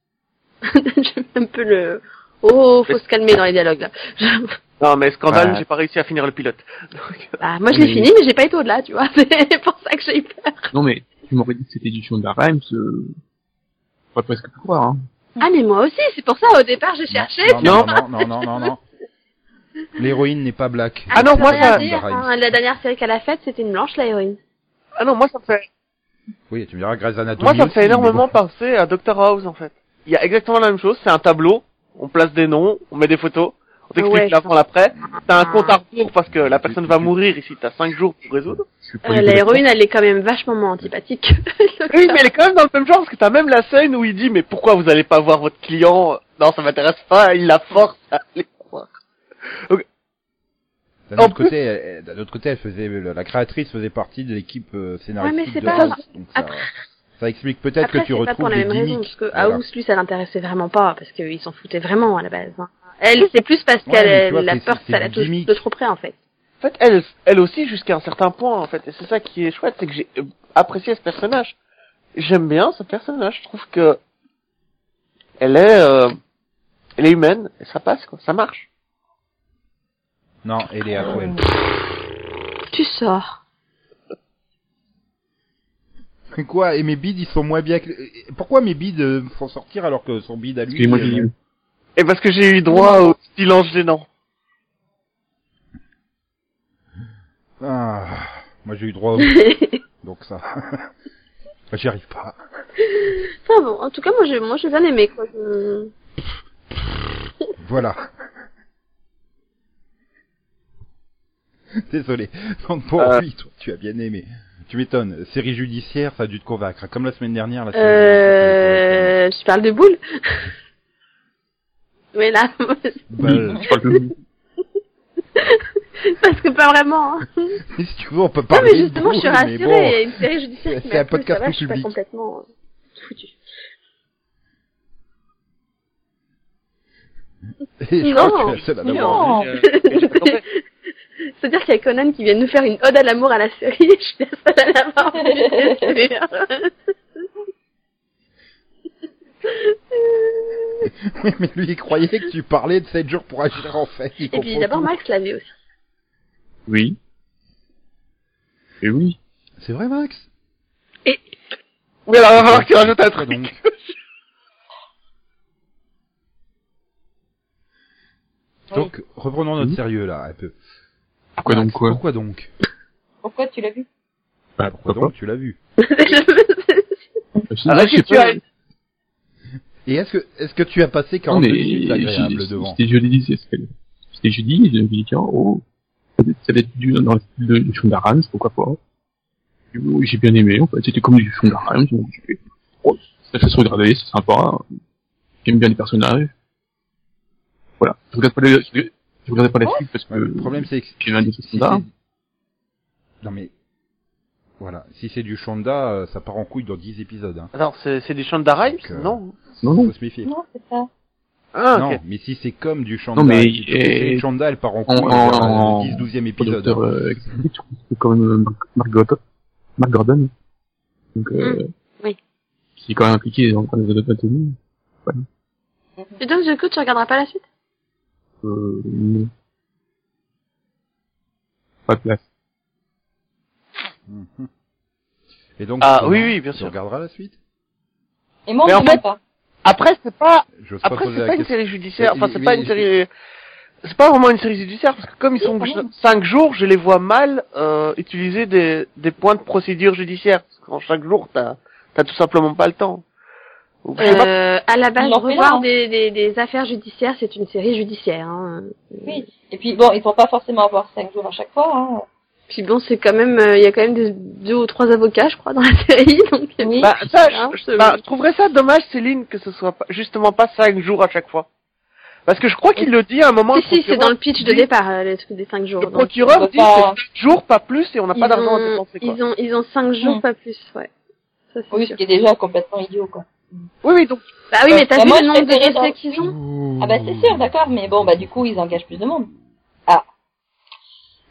Speaker 2: j'ai eu un peu le, oh, faut se calmer dans les dialogues, là. Je-
Speaker 4: Non, mais scandale,
Speaker 3: Ouais.
Speaker 4: j'ai pas réussi à finir le pilote. Donc,
Speaker 2: Bah, moi, je l'ai
Speaker 3: Oui.
Speaker 2: fini, mais j'ai pas été au-delà, tu vois. C'est pour ça que j'ai eu peur.
Speaker 3: Non, mais tu m'aurais dit que c'était du Shonda Rhimes, euh... faudrait presque plus croire, hein.
Speaker 2: Ah, mais moi aussi, c'est pour ça, au départ, j'ai cherché.
Speaker 1: Non, non, non, non, non, non, non. L'héroïne n'est pas black.
Speaker 4: Ah non,
Speaker 2: je
Speaker 4: moi,
Speaker 2: peux
Speaker 4: ça-
Speaker 2: rien dire, hein, la dernière série qu'elle a faite, c'était une blanche, la héroïne.
Speaker 4: Ah non, moi ça me fait,
Speaker 1: Oui, tu me diras Grey's Anatomy.
Speaker 4: moi ça me
Speaker 1: aussi, mais
Speaker 4: fait énormément
Speaker 1: bon.
Speaker 4: penser à Doctor House en fait. Il y a exactement la même chose, c'est un tableau, on place des noms, on met des photos, on t'explique
Speaker 2: Ouais.
Speaker 4: l'avant l'après. T'as un compte à rebours parce que la
Speaker 1: Tu-
Speaker 4: personne
Speaker 1: tu-
Speaker 4: va
Speaker 1: tu-
Speaker 4: mourir ici, t'as cinq jours pour résoudre.
Speaker 3: Je suis pas
Speaker 2: Euh,
Speaker 3: du tout
Speaker 2: la
Speaker 3: d'accord.
Speaker 2: héroïne, elle est quand même vachement moins antipathique.
Speaker 4: Oui, mais elle est quand même dans le même genre parce que t'as même la scène où il dit mais pourquoi vous allez pas voir votre client Non, ça m'intéresse pas, il la force à aller voir.
Speaker 1: D'un
Speaker 4: En
Speaker 1: autre
Speaker 2: Oh.
Speaker 4: plus-
Speaker 1: côté, elle- elle- d'un autre côté, elle faisait, euh, la la créatrice faisait partie de l'équipe euh, scénaristique
Speaker 2: Ouais, mais c'est
Speaker 1: de
Speaker 2: pas-
Speaker 1: House, donc ça,
Speaker 2: Après-
Speaker 1: ça explique peut-être que
Speaker 2: Après,
Speaker 1: tu
Speaker 2: c'est pas pour
Speaker 1: retrouves
Speaker 2: la
Speaker 1: des
Speaker 2: même raison,
Speaker 1: gimmicks.
Speaker 2: parce que
Speaker 1: Voilà.
Speaker 2: House, lui, ça l'intéressait vraiment pas, parce qu'ils s'en foutaient vraiment à la base. hein. Elle, c'est plus parce
Speaker 1: Ouais,
Speaker 2: qu'elle
Speaker 1: mais tu vois,
Speaker 2: elle a
Speaker 1: c'est-
Speaker 2: peur
Speaker 1: c'est
Speaker 2: que ça la
Speaker 1: du
Speaker 2: touche
Speaker 1: gimmick.
Speaker 2: de trop près, en fait.
Speaker 4: En fait, elle, elle aussi jusqu'à un certain point en fait, et c'est ça qui est chouette, c'est que j'ai euh, apprécié ce personnage. J'aime bien ce personnage, je trouve que elle est, euh, elle est humaine, et ça passe quoi, ça marche.
Speaker 1: Non, elle est à Cohen.
Speaker 2: Tu sors.
Speaker 1: Quoi Et mes bides, ils sont moins bien que... et Pourquoi mes bides euh, font sortir alors que son bide à lui...
Speaker 3: Parce que moi,
Speaker 1: euh,
Speaker 3: j'ai-
Speaker 4: Et parce que j'ai eu droit au silence gênant.
Speaker 1: Ah, moi j'ai eu droit au... Donc ça... bah, J'y arrive pas.
Speaker 2: Enfin bon, en tout cas, moi, j'ai, moi, j'ai bien aimé, quoi. Je-
Speaker 1: Voilà. Désolé. Donc pour
Speaker 4: Euh.
Speaker 1: lui, toi, tu as bien aimé. Tu m'étonnes. Série judiciaire, ça a dû te convaincre. hein, Comme la semaine dernière, la série judiciaire,
Speaker 2: Euh, je parle Euh, de boules. Mais là,
Speaker 1: ça a
Speaker 4: bah,
Speaker 1: été
Speaker 4: euh,
Speaker 1: une balle.
Speaker 3: Je parle de-
Speaker 2: parce que pas vraiment. hein.
Speaker 1: Et Bah, si tu veux, on peut
Speaker 2: Non,
Speaker 1: parler
Speaker 2: mais justement,
Speaker 1: de
Speaker 2: je suis
Speaker 1: boule,
Speaker 2: rassurée.
Speaker 1: mais bon.
Speaker 2: Il y a une série judiciaire qui
Speaker 1: c'est
Speaker 2: m'a
Speaker 1: un
Speaker 2: plu,
Speaker 1: podcast
Speaker 2: ça va,
Speaker 1: tout
Speaker 2: je suis pas
Speaker 1: public.
Speaker 2: complètement euh, foutue.
Speaker 1: Et je crois
Speaker 2: Non.
Speaker 1: que tu es la seule à l'avoir vu.
Speaker 5: Non.
Speaker 4: euh,
Speaker 2: C'est-à-dire qu'il y a Conan qui vient nous faire une ode à l'amour à la série, je suis la seule à l'avoir vu, je suis sûre.
Speaker 1: Oui, mais lui, il croyait que tu parlais de 7 jours pour agir en fait. Il
Speaker 2: Et puis
Speaker 1: comprend
Speaker 2: d'abord
Speaker 1: tout.
Speaker 2: Max l'avait aussi.
Speaker 3: Oui. Et oui.
Speaker 1: C'est vrai, Max
Speaker 4: Oui, alors il va
Speaker 1: Ah,
Speaker 4: falloir que tu rajoutes un
Speaker 1: Quoi
Speaker 4: truc.
Speaker 1: donc Donc, reprenons notre
Speaker 3: Mhm.
Speaker 1: sérieux là, un peu.
Speaker 3: Pourquoi
Speaker 1: Max,
Speaker 3: donc quoi
Speaker 1: Pourquoi donc
Speaker 5: Pourquoi tu l'as vu
Speaker 3: Bah,
Speaker 1: Pourquoi donc tu l'as vu
Speaker 3: Je sais
Speaker 4: Arrête
Speaker 3: pas, Bah, je sais
Speaker 4: que tu
Speaker 3: pas.
Speaker 4: ailles.
Speaker 1: Et est-ce que est-ce que tu as passé
Speaker 3: Non,
Speaker 1: 42
Speaker 3: mais
Speaker 1: minutes agréables
Speaker 3: j'ai-
Speaker 1: devant
Speaker 3: c'était jeudi, c'est ce qu'elle- C'était jeudi, je me dis, tiens, oh, ça va être du, dans le style de- du Shonda Rhimes, pourquoi pas. Et bon, J'ai bien aimé, en fait, c'était comme du Shonda Rhimes, donc j'ai fait, oh, ça fait se regarder, c'est sympa, j'aime bien les personnages. Voilà. Je regarde pas les, je, je regarde pas la suite parce que
Speaker 1: Ouais, le problème, c'est que
Speaker 3: j'ai eu un des
Speaker 1: si
Speaker 3: standards.
Speaker 1: c'est- Non mais voilà, si c'est du Shonda, euh, ça part en couille dans 10 épisodes. Hein.
Speaker 4: Attends, c'est, c'est du Shonda Rhimes
Speaker 1: Donc, euh,
Speaker 4: Non.
Speaker 3: Non, non.
Speaker 1: Faut se méfier.
Speaker 5: Non, c'est ça.
Speaker 4: Ah,
Speaker 1: Non,
Speaker 4: ok.
Speaker 1: mais si c'est comme du Shonda,
Speaker 3: Non, mais-
Speaker 1: si c'est du Shonda, elle part en couille
Speaker 3: en-
Speaker 1: dans
Speaker 3: en-
Speaker 1: le 10-12e e épisode. hein.
Speaker 3: producteur euh, exécutif, je trouve que quand même euh, Mark- Mark Gordon, Mark Gordon, donc euh,
Speaker 2: oui.
Speaker 3: qui est quand même impliqué dans dans les autres maintenus,
Speaker 2: Et donc, du coup, tu regarderas pas la suite
Speaker 3: euh, non. pas de place.
Speaker 1: Mhm. Et donc,
Speaker 4: Ah,
Speaker 1: Thomas,
Speaker 4: oui, oui, bien
Speaker 1: tu
Speaker 4: sûr.
Speaker 1: regarderas la suite
Speaker 5: Et moi,
Speaker 4: Mais
Speaker 5: on
Speaker 4: en
Speaker 5: ne
Speaker 4: fait-
Speaker 5: sait pas.
Speaker 4: Après, c'est pas,
Speaker 1: J'ose pas
Speaker 4: après,
Speaker 1: poser
Speaker 4: c'est
Speaker 1: la
Speaker 4: pas une
Speaker 1: question. Euh,
Speaker 4: série judiciaire. Enfin, c'est
Speaker 1: Oui,
Speaker 4: pas
Speaker 1: oui,
Speaker 4: une série, c'est pas vraiment une série judiciaire parce que comme ils sont
Speaker 5: Oui, oui.
Speaker 4: 5 jours, je les vois mal, euh, utiliser des, des points de procédure judiciaire. Parce qu'en chaque jour, t'as, t'as tout simplement pas le temps. Donc, je sais pas.
Speaker 2: euh, À la base,
Speaker 5: On en fait là,
Speaker 2: revoir
Speaker 5: hein.
Speaker 2: des, des, des affaires judiciaires, c'est une série judiciaire. Hein.
Speaker 5: Oui. Et puis bon, ils vont pas forcément avoir cinq jours à chaque fois. Hein.
Speaker 2: Puis bon, c'est quand même, euh, il y a quand même des, deux ou trois avocats, je crois, dans la série. Donc,
Speaker 5: Oui.
Speaker 4: Bah, ça, je-
Speaker 2: hein,
Speaker 4: je,
Speaker 2: c'est-
Speaker 4: bah, je trouverais ça dommage, Céline, que ce soit pas, justement pas 5 jours à chaque fois. Parce que je crois qu'il le dit à un moment.
Speaker 2: si,
Speaker 4: le
Speaker 2: si, c'est
Speaker 4: procureur.
Speaker 2: dans le pitch de
Speaker 4: dit-
Speaker 2: départ, euh, le truc des cinq jours.
Speaker 4: Le
Speaker 2: donc.
Speaker 4: procureur
Speaker 5: Ils
Speaker 4: dit
Speaker 5: ont pas-
Speaker 4: c'est 5 jours, pas plus, et on n'a
Speaker 2: ils,
Speaker 4: pas d'argent à
Speaker 2: ont,
Speaker 4: dépenser, quoi.
Speaker 2: ils ont, ils ont cinq jours,
Speaker 5: Mm.
Speaker 2: pas plus, ouais. Ça, c'est
Speaker 5: Oui, ce
Speaker 2: sûr.
Speaker 5: qui est déjà complètement idiot, quoi.
Speaker 4: Oui, oui, donc,
Speaker 2: Bah oui,
Speaker 5: Euh,
Speaker 2: mais t'as
Speaker 5: bah,
Speaker 2: vu
Speaker 5: moi,
Speaker 2: le
Speaker 5: je
Speaker 2: nombre de
Speaker 5: préférais
Speaker 2: dossiers
Speaker 5: dans-
Speaker 2: qu'ils ont
Speaker 5: Ah bah
Speaker 4: Mmh.
Speaker 5: c'est sûr, d'accord, mais bon, bah du coup, ils engagent plus de monde. Ah.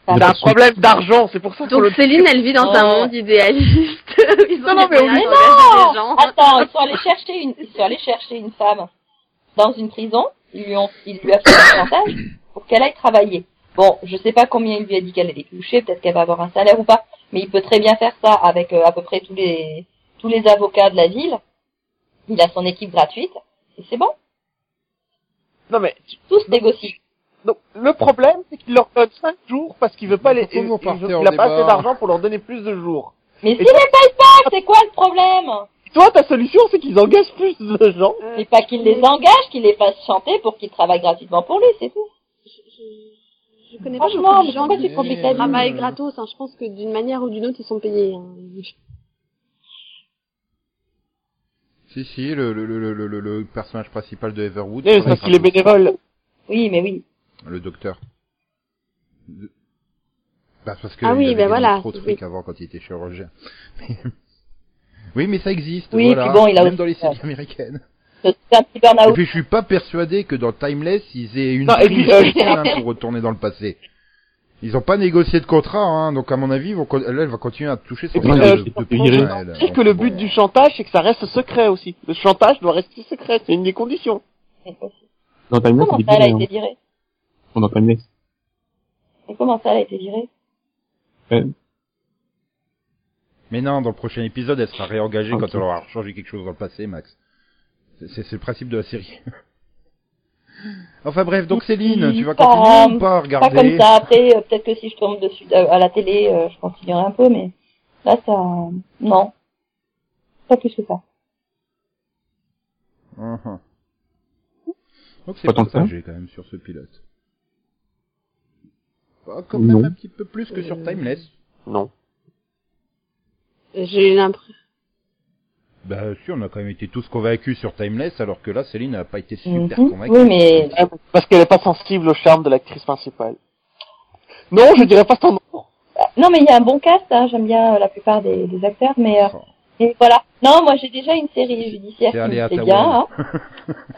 Speaker 5: Ah,
Speaker 3: Il y a
Speaker 4: t'as
Speaker 3: pas
Speaker 4: un
Speaker 3: de
Speaker 4: problème d'argent, c'est pour ça qu'on
Speaker 2: Donc
Speaker 4: le
Speaker 2: Céline, elle vit dans un
Speaker 5: Oh.
Speaker 2: monde idéaliste. Ils ont
Speaker 4: Non, non,
Speaker 2: des
Speaker 4: mais au
Speaker 2: moyens
Speaker 4: moins-
Speaker 2: d'engager des gens.
Speaker 5: Attends, ils sont allés chercher une, ils sont allés chercher une femme dans une prison. Ils lui ont, il lui a fait un avantage pour qu'elle aille travailler. Bon, je sais pas combien il lui a dit qu'elle allait toucher, peut-être qu'elle va avoir un salaire ou pas, mais il peut très bien faire ça avec euh, à peu près tous les, tous les avocats de la ville. Il a son équipe gratuite, et c'est bon.
Speaker 4: Non, mais,
Speaker 5: Tous négocient.
Speaker 4: donc, le problème, c'est qu'il leur donne 5 jours parce qu'il veut pas les,
Speaker 1: Pourquoi
Speaker 4: il,
Speaker 1: vous
Speaker 4: il
Speaker 1: partez
Speaker 4: veut-
Speaker 1: en
Speaker 4: il a pas assez
Speaker 1: débat
Speaker 4: d'argent pour leur donner plus de jours.
Speaker 5: Mais s'ils
Speaker 4: toi-
Speaker 5: les payent pas, c'est quoi le problème
Speaker 4: Toi, ta solution, c'est qu'ils engagent plus de gens.
Speaker 5: C'est pas qu'ils les engagent, qu'ils les fassent chanter pour qu'ils travaillent gratuitement pour lui, c'est tout.
Speaker 2: Je connais pas
Speaker 5: Franchement,
Speaker 2: beaucoup de
Speaker 5: mais
Speaker 2: gens
Speaker 5: pourquoi
Speaker 2: qui
Speaker 5: tu te compliques la vie
Speaker 2: travaillent gratos. hein. Je pense que d'une manière ou d'une autre, ils sont payés. hein.
Speaker 1: Si, si, le, le, le, le, le, le personnage principal de Everwood.
Speaker 4: Mais c'est
Speaker 1: travaille
Speaker 4: parce qu'il est
Speaker 1: gratos.
Speaker 4: bénévole.
Speaker 5: Oui, mais oui.
Speaker 1: Le docteur. De- Bah, parce que
Speaker 2: Ah
Speaker 1: il
Speaker 2: oui,
Speaker 1: avait
Speaker 2: ben
Speaker 1: gagné
Speaker 2: voilà,
Speaker 1: trop de
Speaker 2: oui.
Speaker 1: fric avant quand il était chirurgien. oui, mais ça existe.
Speaker 5: Oui,
Speaker 1: voilà.
Speaker 5: puis bon, il a
Speaker 1: Même
Speaker 5: aussi-
Speaker 1: dans les séries américaines.
Speaker 5: C'est un petit
Speaker 1: Et
Speaker 5: burn-out.
Speaker 1: puis je suis pas persuadé que dans Timeless, ils aient une
Speaker 4: Ah Non, et puis, euh,
Speaker 1: puissance, hein, pour retourner dans le passé. Ils ont pas négocié de contrat, hein, donc à mon avis, ils vont con- là, elle va continuer à toucher son
Speaker 4: Et puis,
Speaker 1: salaire
Speaker 4: euh,
Speaker 1: de-
Speaker 3: je
Speaker 1: de
Speaker 3: peux virer.
Speaker 1: pension, elle.
Speaker 4: Sauf que le but du chantage, c'est que ça reste secret aussi. Le chantage doit rester secret, c'est une des conditions.
Speaker 3: Dans Timeless,
Speaker 5: Comment
Speaker 3: il est
Speaker 5: ça, elle a
Speaker 1: euh,
Speaker 3: bien,
Speaker 5: été
Speaker 3: hein.
Speaker 5: virée
Speaker 3: Bon, dans Timeless.
Speaker 5: Et comment ça, elle a été virée
Speaker 1: Mais non, dans le prochain épisode, elle sera réengagée
Speaker 3: Ok.
Speaker 1: quand elle aura changé quelque chose dans le passé, Max. C'est- C'est c'est le principe de la série. enfin bref, donc Céline, tu
Speaker 4: Oh,
Speaker 1: vas
Speaker 5: Pas-
Speaker 1: continuer ou pas à
Speaker 5: Pas
Speaker 1: regarder
Speaker 5: comme ça. Après, euh, peut-être que si je tombe dessus euh, à la télé, euh, je continuerai un peu, mais là, ça... Non. Pas plus que ça.
Speaker 1: Mhm. Donc c'est
Speaker 3: Pas tant que ça.
Speaker 1: partagé quand même sur ce pilote. Bah, quand
Speaker 3: Non.
Speaker 1: même un petit peu plus que sur Timeless.
Speaker 4: Non.
Speaker 2: J'ai l'impression.
Speaker 1: Bah si, on a quand même été tous convaincus sur Timeless, alors que là, Céline n'a pas été super
Speaker 5: Mhm.
Speaker 1: convaincue.
Speaker 5: Oui, mais...
Speaker 4: Ah, Parce qu'elle est pas sensible au charme de l'actrice principale. Non, je dirais pas son nom.
Speaker 5: Non, mais il y a un bon cast, hein. j'aime bien euh, la plupart des, des acteurs, mais... euh,
Speaker 1: Oh.
Speaker 5: Et voilà. Non, moi j'ai déjà une série judiciaire
Speaker 1: C'est allé
Speaker 5: qui
Speaker 1: à
Speaker 5: me plaît
Speaker 1: ta
Speaker 5: bien.
Speaker 1: web.
Speaker 5: Hein.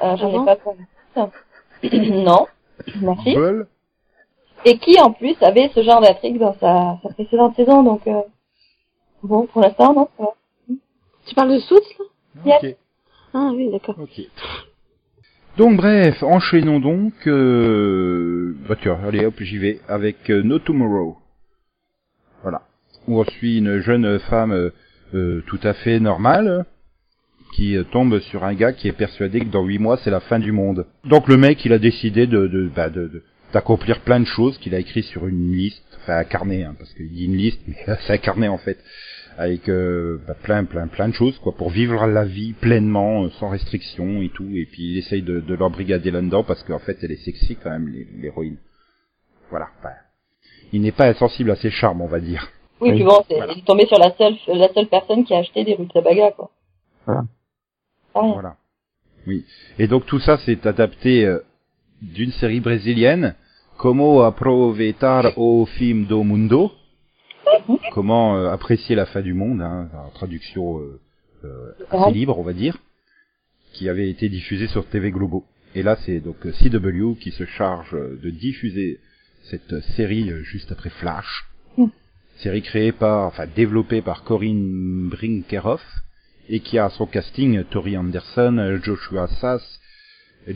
Speaker 5: Euh, J'en
Speaker 2: Ah bon
Speaker 5: ai pas pour Non, merci.
Speaker 1: Bull,
Speaker 5: Et qui en plus avait ce genre d'intrigue dans sa, sa précédente saison, donc euh, bon pour l'instant non. ça va.
Speaker 2: Tu parles de Suits là
Speaker 5: Yes.
Speaker 1: Ok.
Speaker 2: Ah oui, d'accord.
Speaker 1: Ok. Donc bref, enchaînons donc. Euh... Bah tiens, allez hop, j'y vais avec euh, No Tomorrow. Voilà. Où on suit une jeune femme euh, euh, tout à fait normale qui euh, tombe sur un gars qui est persuadé que dans huit mois c'est la fin du monde. Donc le mec, il a décidé de de bah, de- de- d'accomplir plein de choses qu'il a écrit sur une liste, enfin un carnet, hein, parce qu'il dit une liste, mais c'est un carnet en fait avec euh, bah, plein plein plein de choses quoi pour vivre la vie pleinement euh, sans restriction et tout et puis il essaye de, de l'embrigader là-dedans parce qu'en fait elle est sexy quand même l'hé- l'héroïne voilà enfin, il n'est pas insensible à ses charmes on va dire
Speaker 5: Oui,
Speaker 3: Oui,
Speaker 5: puis bon, c'est
Speaker 1: voilà.
Speaker 5: il est tombé sur la seule la seule personne qui a acheté des rues de Sabaga quoi.
Speaker 3: Voilà.
Speaker 5: Ah, rien.
Speaker 1: voilà oui et donc tout ça c'est adapté euh, d'une série brésilienne, Como aproveitar o fim do mundo Comment euh, apprécier la fin du monde, hein, en traduction euh, euh, assez libre, on va dire, qui avait été diffusée sur TV Globo. Et là, c'est donc euh, CW qui se charge euh, de diffuser cette euh, série euh, juste après Flash. Série créée par, enfin développée par Corinne Brinkerhoff et qui a à son casting euh, Tori Anderson, euh, Joshua Sass,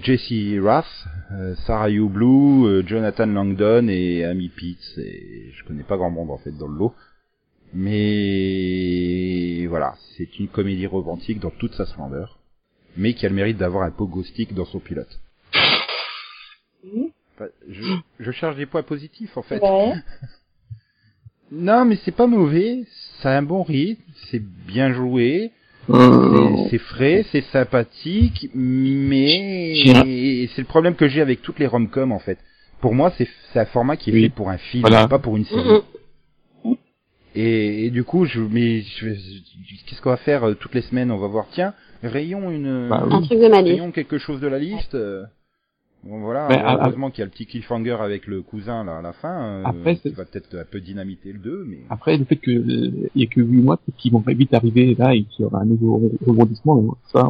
Speaker 1: Jesse Rath, euh, Sarah Hugh Blue, euh, Jonathan Langdon et Amy Pitts. Et je connais pas grand monde en fait dans le lot. Mais voilà, c'est une comédie romantique dans toute sa splendeur, mais qui a le mérite d'avoir un peu gothique dans son pilote. Enfin, Je, je cherche des points positifs en fait.
Speaker 5: Ouais.
Speaker 1: Non, mais c'est pas mauvais. Ça a un bon rythme, c'est bien joué,
Speaker 3: Euh,
Speaker 1: c'est- c'est frais, c'est sympathique, mais c'est le problème que j'ai avec toutes les rom-coms en fait. Pour moi, c'est c'est un format qui est
Speaker 3: Oui.
Speaker 1: fait pour un film,
Speaker 3: Voilà.
Speaker 1: pas pour une série.
Speaker 2: Mhm.
Speaker 1: Et, et du coup, je, mais je- je- qu'est-ce qu'on va faire euh, toutes les semaines On va voir, tiens, rayons une,
Speaker 3: Bah oui.
Speaker 2: Un truc de ma liste.
Speaker 1: rayons quelque chose de la liste. euh. Bon, voilà,
Speaker 3: Mais, ah,
Speaker 1: heureusement qu'il y a le petit cliffhanger avec le cousin là à la fin, euh,
Speaker 3: Après, c'est-
Speaker 1: qui va peut-être un peu dynamiter le 2, mais
Speaker 3: Après, le fait que euh, il y a que 8 mois, peut-être qu'ils vont très vite arriver là et qu'il y aura un nouveau rebondissement, donc ça.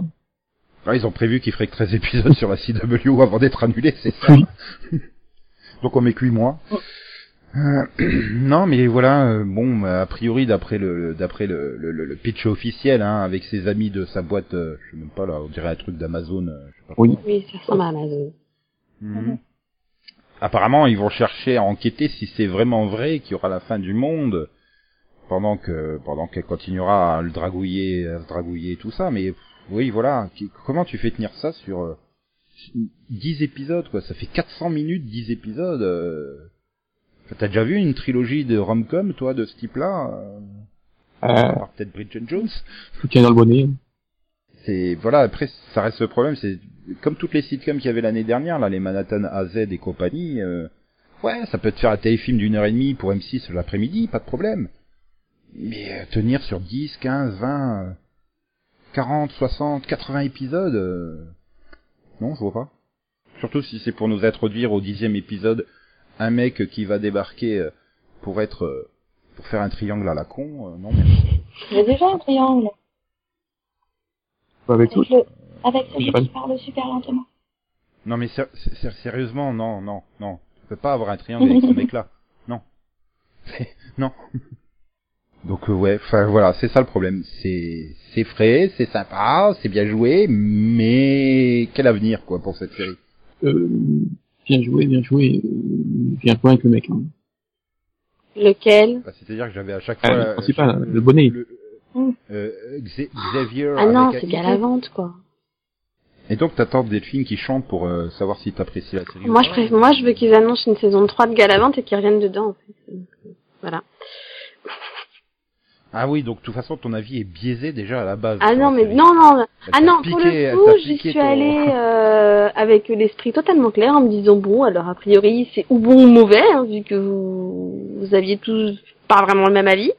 Speaker 1: Ah, ils ont prévu qu'ils feraient que 13 épisodes sur la CW avant d'être annulés, c'est ça
Speaker 3: Oui.
Speaker 1: Donc on met que 8 mois. Euh, non, mais voilà, euh, bon, a priori, d'après le, le- d'après le, le, le- le pitch officiel, hein, avec ses amis de sa boîte, euh, je sais même pas, là, on dirait un truc d'Amazon, euh, je sais pas.
Speaker 3: Oui.
Speaker 2: Oui, ça ressemble à Amazon.
Speaker 1: Mhm. Apparemment, ils vont chercher à enquêter si c'est vraiment vrai qu'il y aura la fin du monde pendant que pendant qu'elle continuera à le dragouiller, à se dragouiller et tout ça. Mais pff, oui, voilà. Qui- Comment tu fais tenir ça sur euh, 10 épisodes quoi Ça fait 400 minutes, 10 épisodes. euh. Enfin, T'as déjà vu une trilogie de rom-com, toi, de ce type-là euh,
Speaker 3: Euh,
Speaker 1: à part Peut-être Bridget Jones.
Speaker 3: tout tient dans le bonnet.
Speaker 1: C'est voilà. Après, ça reste le problème. C'est comme toutes les sitcoms qu'il y avait l'année dernière, là, les Manhattan AZ et compagnie. euh, ouais, ça peut te faire un téléfilm d'une heure et demie pour M6 l'après-midi, pas de problème. Mais euh, tenir sur 10, 15, 20, euh, 40, 60, 80 épisodes, euh, non, je vois pas. Surtout si c'est pour nous introduire au dixième épisode un mec qui va débarquer euh, pour être euh, pour faire un triangle à la con, euh, non. merci.
Speaker 5: J'ai déjà un triangle.
Speaker 3: Avec tout.
Speaker 5: Avec, le... avec celui
Speaker 3: Irène.
Speaker 5: qui parle super lentement.
Speaker 1: Non mais ser- ser- sérieusement, non, non, non. Tu peux pas avoir un triangle avec ce mec-là. Non. C'est- Non. Donc euh, ouais, enfin voilà, c'est ça le problème. C'est c'est frais, c'est sympa, c'est bien joué, mais quel avenir quoi pour cette série
Speaker 3: Euh, bien joué, bien joué, euh, bien joué avec le mec. Hein.
Speaker 2: Lequel
Speaker 1: Bah, C'est-à-dire que j'avais à chaque
Speaker 3: Ah,
Speaker 1: fois
Speaker 3: le
Speaker 1: euh,
Speaker 3: principal,
Speaker 1: chaque-
Speaker 3: le bonnet.
Speaker 5: Mm.
Speaker 1: euh, Xa- Xavier
Speaker 5: Euh,
Speaker 2: Ah non,
Speaker 1: avec
Speaker 2: c'est
Speaker 1: un
Speaker 2: bien
Speaker 1: I.
Speaker 2: la vente, quoi.
Speaker 1: Et donc t'attends des films qui chantent pour euh, savoir si t'apprécies la série. ou
Speaker 2: Moi,
Speaker 1: pas.
Speaker 2: je préfère, moi, je veux qu'ils annoncent une saison 3 de Galavante et qu'ils reviennent dedans, en fait. Donc, euh, Voilà.
Speaker 1: Ah oui, donc de toute façon ton avis est biaisé déjà à la base.
Speaker 2: Ah
Speaker 1: sur
Speaker 2: non,
Speaker 1: la
Speaker 2: mais
Speaker 1: série.
Speaker 2: non, non.
Speaker 1: Elle
Speaker 2: Ah
Speaker 1: t'a
Speaker 2: non, pour
Speaker 1: piqué-
Speaker 2: le
Speaker 1: elle t'a
Speaker 2: coup, j'y
Speaker 1: piqué
Speaker 2: suis
Speaker 1: ton-
Speaker 2: allée euh, avec l'esprit totalement clair en me disant bon, alors a priori c'est ou bon ou mauvais hein, vu que vous, vous aviez tous pas vraiment le même avis.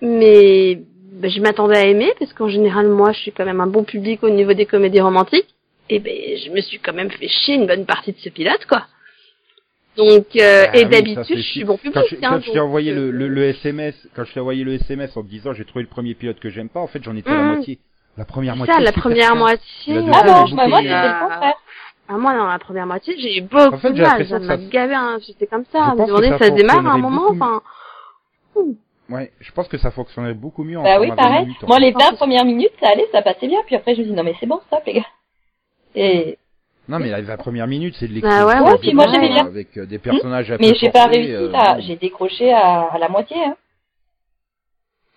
Speaker 2: Mais ben, je m'attendais à aimer parce qu'en général moi je suis quand même un bon public au niveau des comédies romantiques et ben je me suis quand même fait chier une bonne partie de ce pilote quoi. Donc euh,
Speaker 1: Ah oui, ça, c'est
Speaker 2: et d'habitude je suis
Speaker 1: sûr.
Speaker 2: bon public.
Speaker 1: Quand je,
Speaker 2: hein,
Speaker 1: quand je t'ai
Speaker 2: donc,
Speaker 1: envoyé le,
Speaker 2: euh,
Speaker 1: le, le SMS, quand je t'ai envoyé le SMS en te disant j'ai trouvé le premier pilote que j'aime pas, en fait j'en étais à
Speaker 2: Mhm.
Speaker 1: la moitié. La première
Speaker 2: c'est
Speaker 1: moitié.
Speaker 2: ça, la
Speaker 1: super
Speaker 2: première
Speaker 1: bien.
Speaker 2: moitié. euh,
Speaker 1: La euh,
Speaker 5: Ah
Speaker 1: deuxième,
Speaker 5: bon,
Speaker 1: j'ai
Speaker 5: bah, moi
Speaker 1: beaucoup
Speaker 5: c'était
Speaker 1: aimé.
Speaker 5: le contraire.
Speaker 2: Ah, moi, dans la première moitié, j'ai eu beaucoup
Speaker 1: En fait,
Speaker 2: de
Speaker 1: j'ai
Speaker 2: mal.
Speaker 1: l'impression
Speaker 2: Ça
Speaker 1: que
Speaker 2: m'a
Speaker 1: ça-
Speaker 2: gavé, hein. J'étais comme
Speaker 1: Je
Speaker 2: ça. À un
Speaker 1: pense
Speaker 2: moment
Speaker 1: que
Speaker 2: donné,
Speaker 1: ça
Speaker 2: ça, se démarre à un
Speaker 1: fonctionnerait
Speaker 2: moment.
Speaker 1: beaucoup
Speaker 2: Enfin,
Speaker 1: Je pense que ça fonctionnerait beaucoup mieux en
Speaker 5: Bah oui,
Speaker 1: format hein.
Speaker 5: pareil.
Speaker 1: 28, en
Speaker 5: Moi,
Speaker 1: fait.
Speaker 5: les 20 premières minutes, ça allait, ça passait bien. Puis après, je me dis, non, mais c'est bon, stop, les gars. Et,
Speaker 1: Non mais la, la première minute c'est de
Speaker 2: Bah ouais,
Speaker 1: l'explosion,
Speaker 2: ouais,
Speaker 1: avec
Speaker 5: puis moi,
Speaker 1: des-
Speaker 5: j'aimais bien. Hmm.
Speaker 1: avec euh, des personnages un peu
Speaker 5: mais j'ai pas
Speaker 1: forcés,
Speaker 5: réussi
Speaker 1: euh,
Speaker 5: à,
Speaker 1: non.
Speaker 5: j'ai décroché à, à la moitié, hein.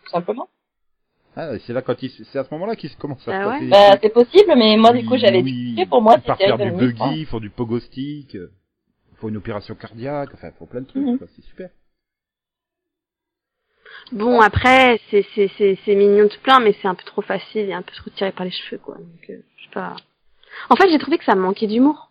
Speaker 5: Tout simplement.
Speaker 1: Ah, c'est là quand il se- c'est à ce moment-là qu'ils se commencent à
Speaker 2: Bah
Speaker 1: se
Speaker 2: ouais.
Speaker 1: passer des
Speaker 5: Bah,
Speaker 1: trucs.
Speaker 5: c'est possible, mais moi, du coup,
Speaker 1: Ils-
Speaker 5: j'avais
Speaker 1: ils-
Speaker 5: décroché. Pour moi, hein.
Speaker 1: ils
Speaker 5: c'est
Speaker 1: partent faire du
Speaker 5: Cyril de
Speaker 1: buggy, ils font du pogostic, euh, ils font une opération cardiaque, enfin ils font plein de trucs,
Speaker 5: Mhm.
Speaker 1: quoi, c'est super.
Speaker 2: bon, après, c'est, c'est, c'est, c'est mignon tout plein, mais c'est un peu trop facile et un peu trop tiré par les cheveux, quoi. Donc, euh, je sais pas. En fait, j'ai trouvé que ça me manquait d'humour.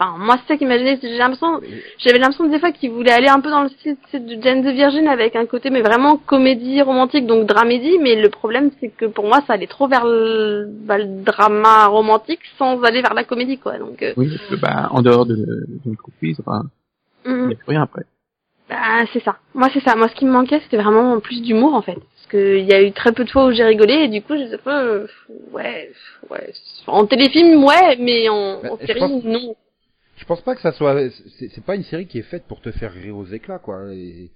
Speaker 2: Enfin, moi, c'est ça qui m'a gêné. J'ai l'impression, j'avais l'impression des fois qu'il voulait aller un peu dans le style style de Jane the Virgin avec un côté, mais vraiment comédie romantique, donc dramédie. Mais le problème, c'est que pour moi, ça allait trop vers le, bah, le drama romantique sans aller vers la comédie, quoi. Donc, euh,
Speaker 3: Oui, parce que, bah, en dehors de, de l'entreprise, enfin, il
Speaker 2: mm.
Speaker 3: n'y a plus rien après.
Speaker 2: Bah, c'est ça. Moi, c'est ça. Moi, ce qui me manquait, c'était vraiment plus d'humour, en fait. Parce qu'il y a eu très peu de fois où j'ai rigolé, et du coup, je sais pas, euh, ouais, ouais. En téléfilm, ouais, mais en,
Speaker 1: Bah,
Speaker 2: en
Speaker 1: je
Speaker 2: série,
Speaker 1: pense-
Speaker 2: non.
Speaker 1: Je pense pas que ça soit. C'est c'est pas une série qui est faite pour te faire rire aux éclats, quoi. hein, Et,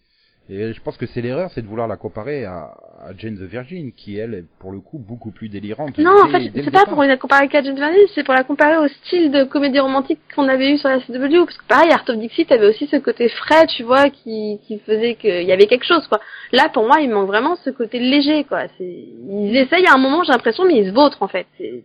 Speaker 1: et je pense que c'est l'erreur, c'est de vouloir la comparer à, à Jane the Virgin, qui elle est pour le coup beaucoup plus délirante.
Speaker 2: Non, en
Speaker 1: dès-
Speaker 2: fait,
Speaker 1: dès le
Speaker 2: c'est pas
Speaker 1: départ.
Speaker 2: pour la comparer avec Agent Vanille, c'est pour la comparer au style de comédie romantique qu'on avait eu sur la CW. Parce que pareil, Art of Dixie, t'avais aussi ce côté frais, tu vois, qui, qui faisait qu'il y avait quelque chose, quoi. Là, pour moi, il manque vraiment ce côté léger, quoi. C'est- Ils essayent à un moment, j'ai l'impression, mais ils se vautrent, en fait. C'est-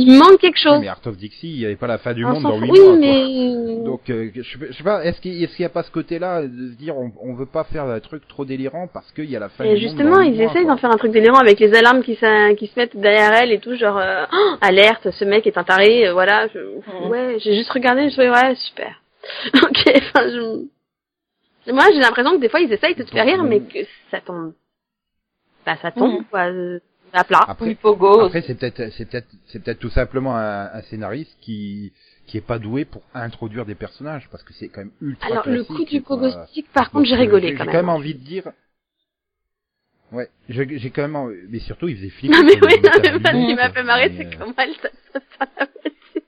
Speaker 2: Il manque quelque
Speaker 1: Oui,
Speaker 2: chose.
Speaker 1: mais Art of Dixie, il y avait pas la fin du
Speaker 2: Un
Speaker 1: monde
Speaker 2: sens-
Speaker 1: dans 8
Speaker 2: oui,
Speaker 1: mois. quoi.
Speaker 2: mais...
Speaker 1: Donc, euh, je, sais pas- je sais pas, est-ce qu'il est n'y a pas ce côté-là de se dire on, on veut pas faire un truc trop délirant parce qu'il y a la fin du
Speaker 2: Et
Speaker 1: monde
Speaker 2: justement,
Speaker 1: dans huit
Speaker 2: ils
Speaker 1: mois,
Speaker 2: essayent
Speaker 1: quoi.
Speaker 2: d'en faire un truc délirant avec les alarmes qui, s'in- qui se mettent derrière elle et tout, genre euh, Oh, alerte, ce mec est un taré, euh, voilà. je-
Speaker 5: Mhm.
Speaker 2: Ouais, j'ai juste regardé, je me suis dit, ouais, super. ok, enfin, je... moi j'ai l'impression que des fois ils essayent de te faire rire, mais que ça tombe, bah ça tombe
Speaker 5: Mhm.
Speaker 2: quoi, euh, à plat.
Speaker 5: Oui,
Speaker 1: Après,
Speaker 2: Oh.
Speaker 5: Pogo.
Speaker 1: après c'est peut-être, c'est peut-être, c'est peut-être tout simplement un, un scénariste qui qui est pas doué pour introduire des personnages parce que c'est quand même ultra
Speaker 2: Alors le
Speaker 1: classique,
Speaker 2: coup du
Speaker 1: quoi.
Speaker 2: pogo stick, par contre j'ai
Speaker 1: Donc, euh,
Speaker 2: rigolé quand
Speaker 1: J'ai
Speaker 2: même.
Speaker 1: quand même envie de dire. Ouais, je- j'ai quand même, envie- mais surtout il faisait flipper.
Speaker 2: Non mais
Speaker 1: quand
Speaker 2: oui,
Speaker 1: il
Speaker 2: non
Speaker 1: était
Speaker 2: mais moi, ce qui
Speaker 1: arrivé,
Speaker 2: m'a
Speaker 1: quoi.
Speaker 2: fait marrer,
Speaker 1: Mais,
Speaker 2: c'est
Speaker 1: euh,
Speaker 2: comment elle tape ça sur la voiture.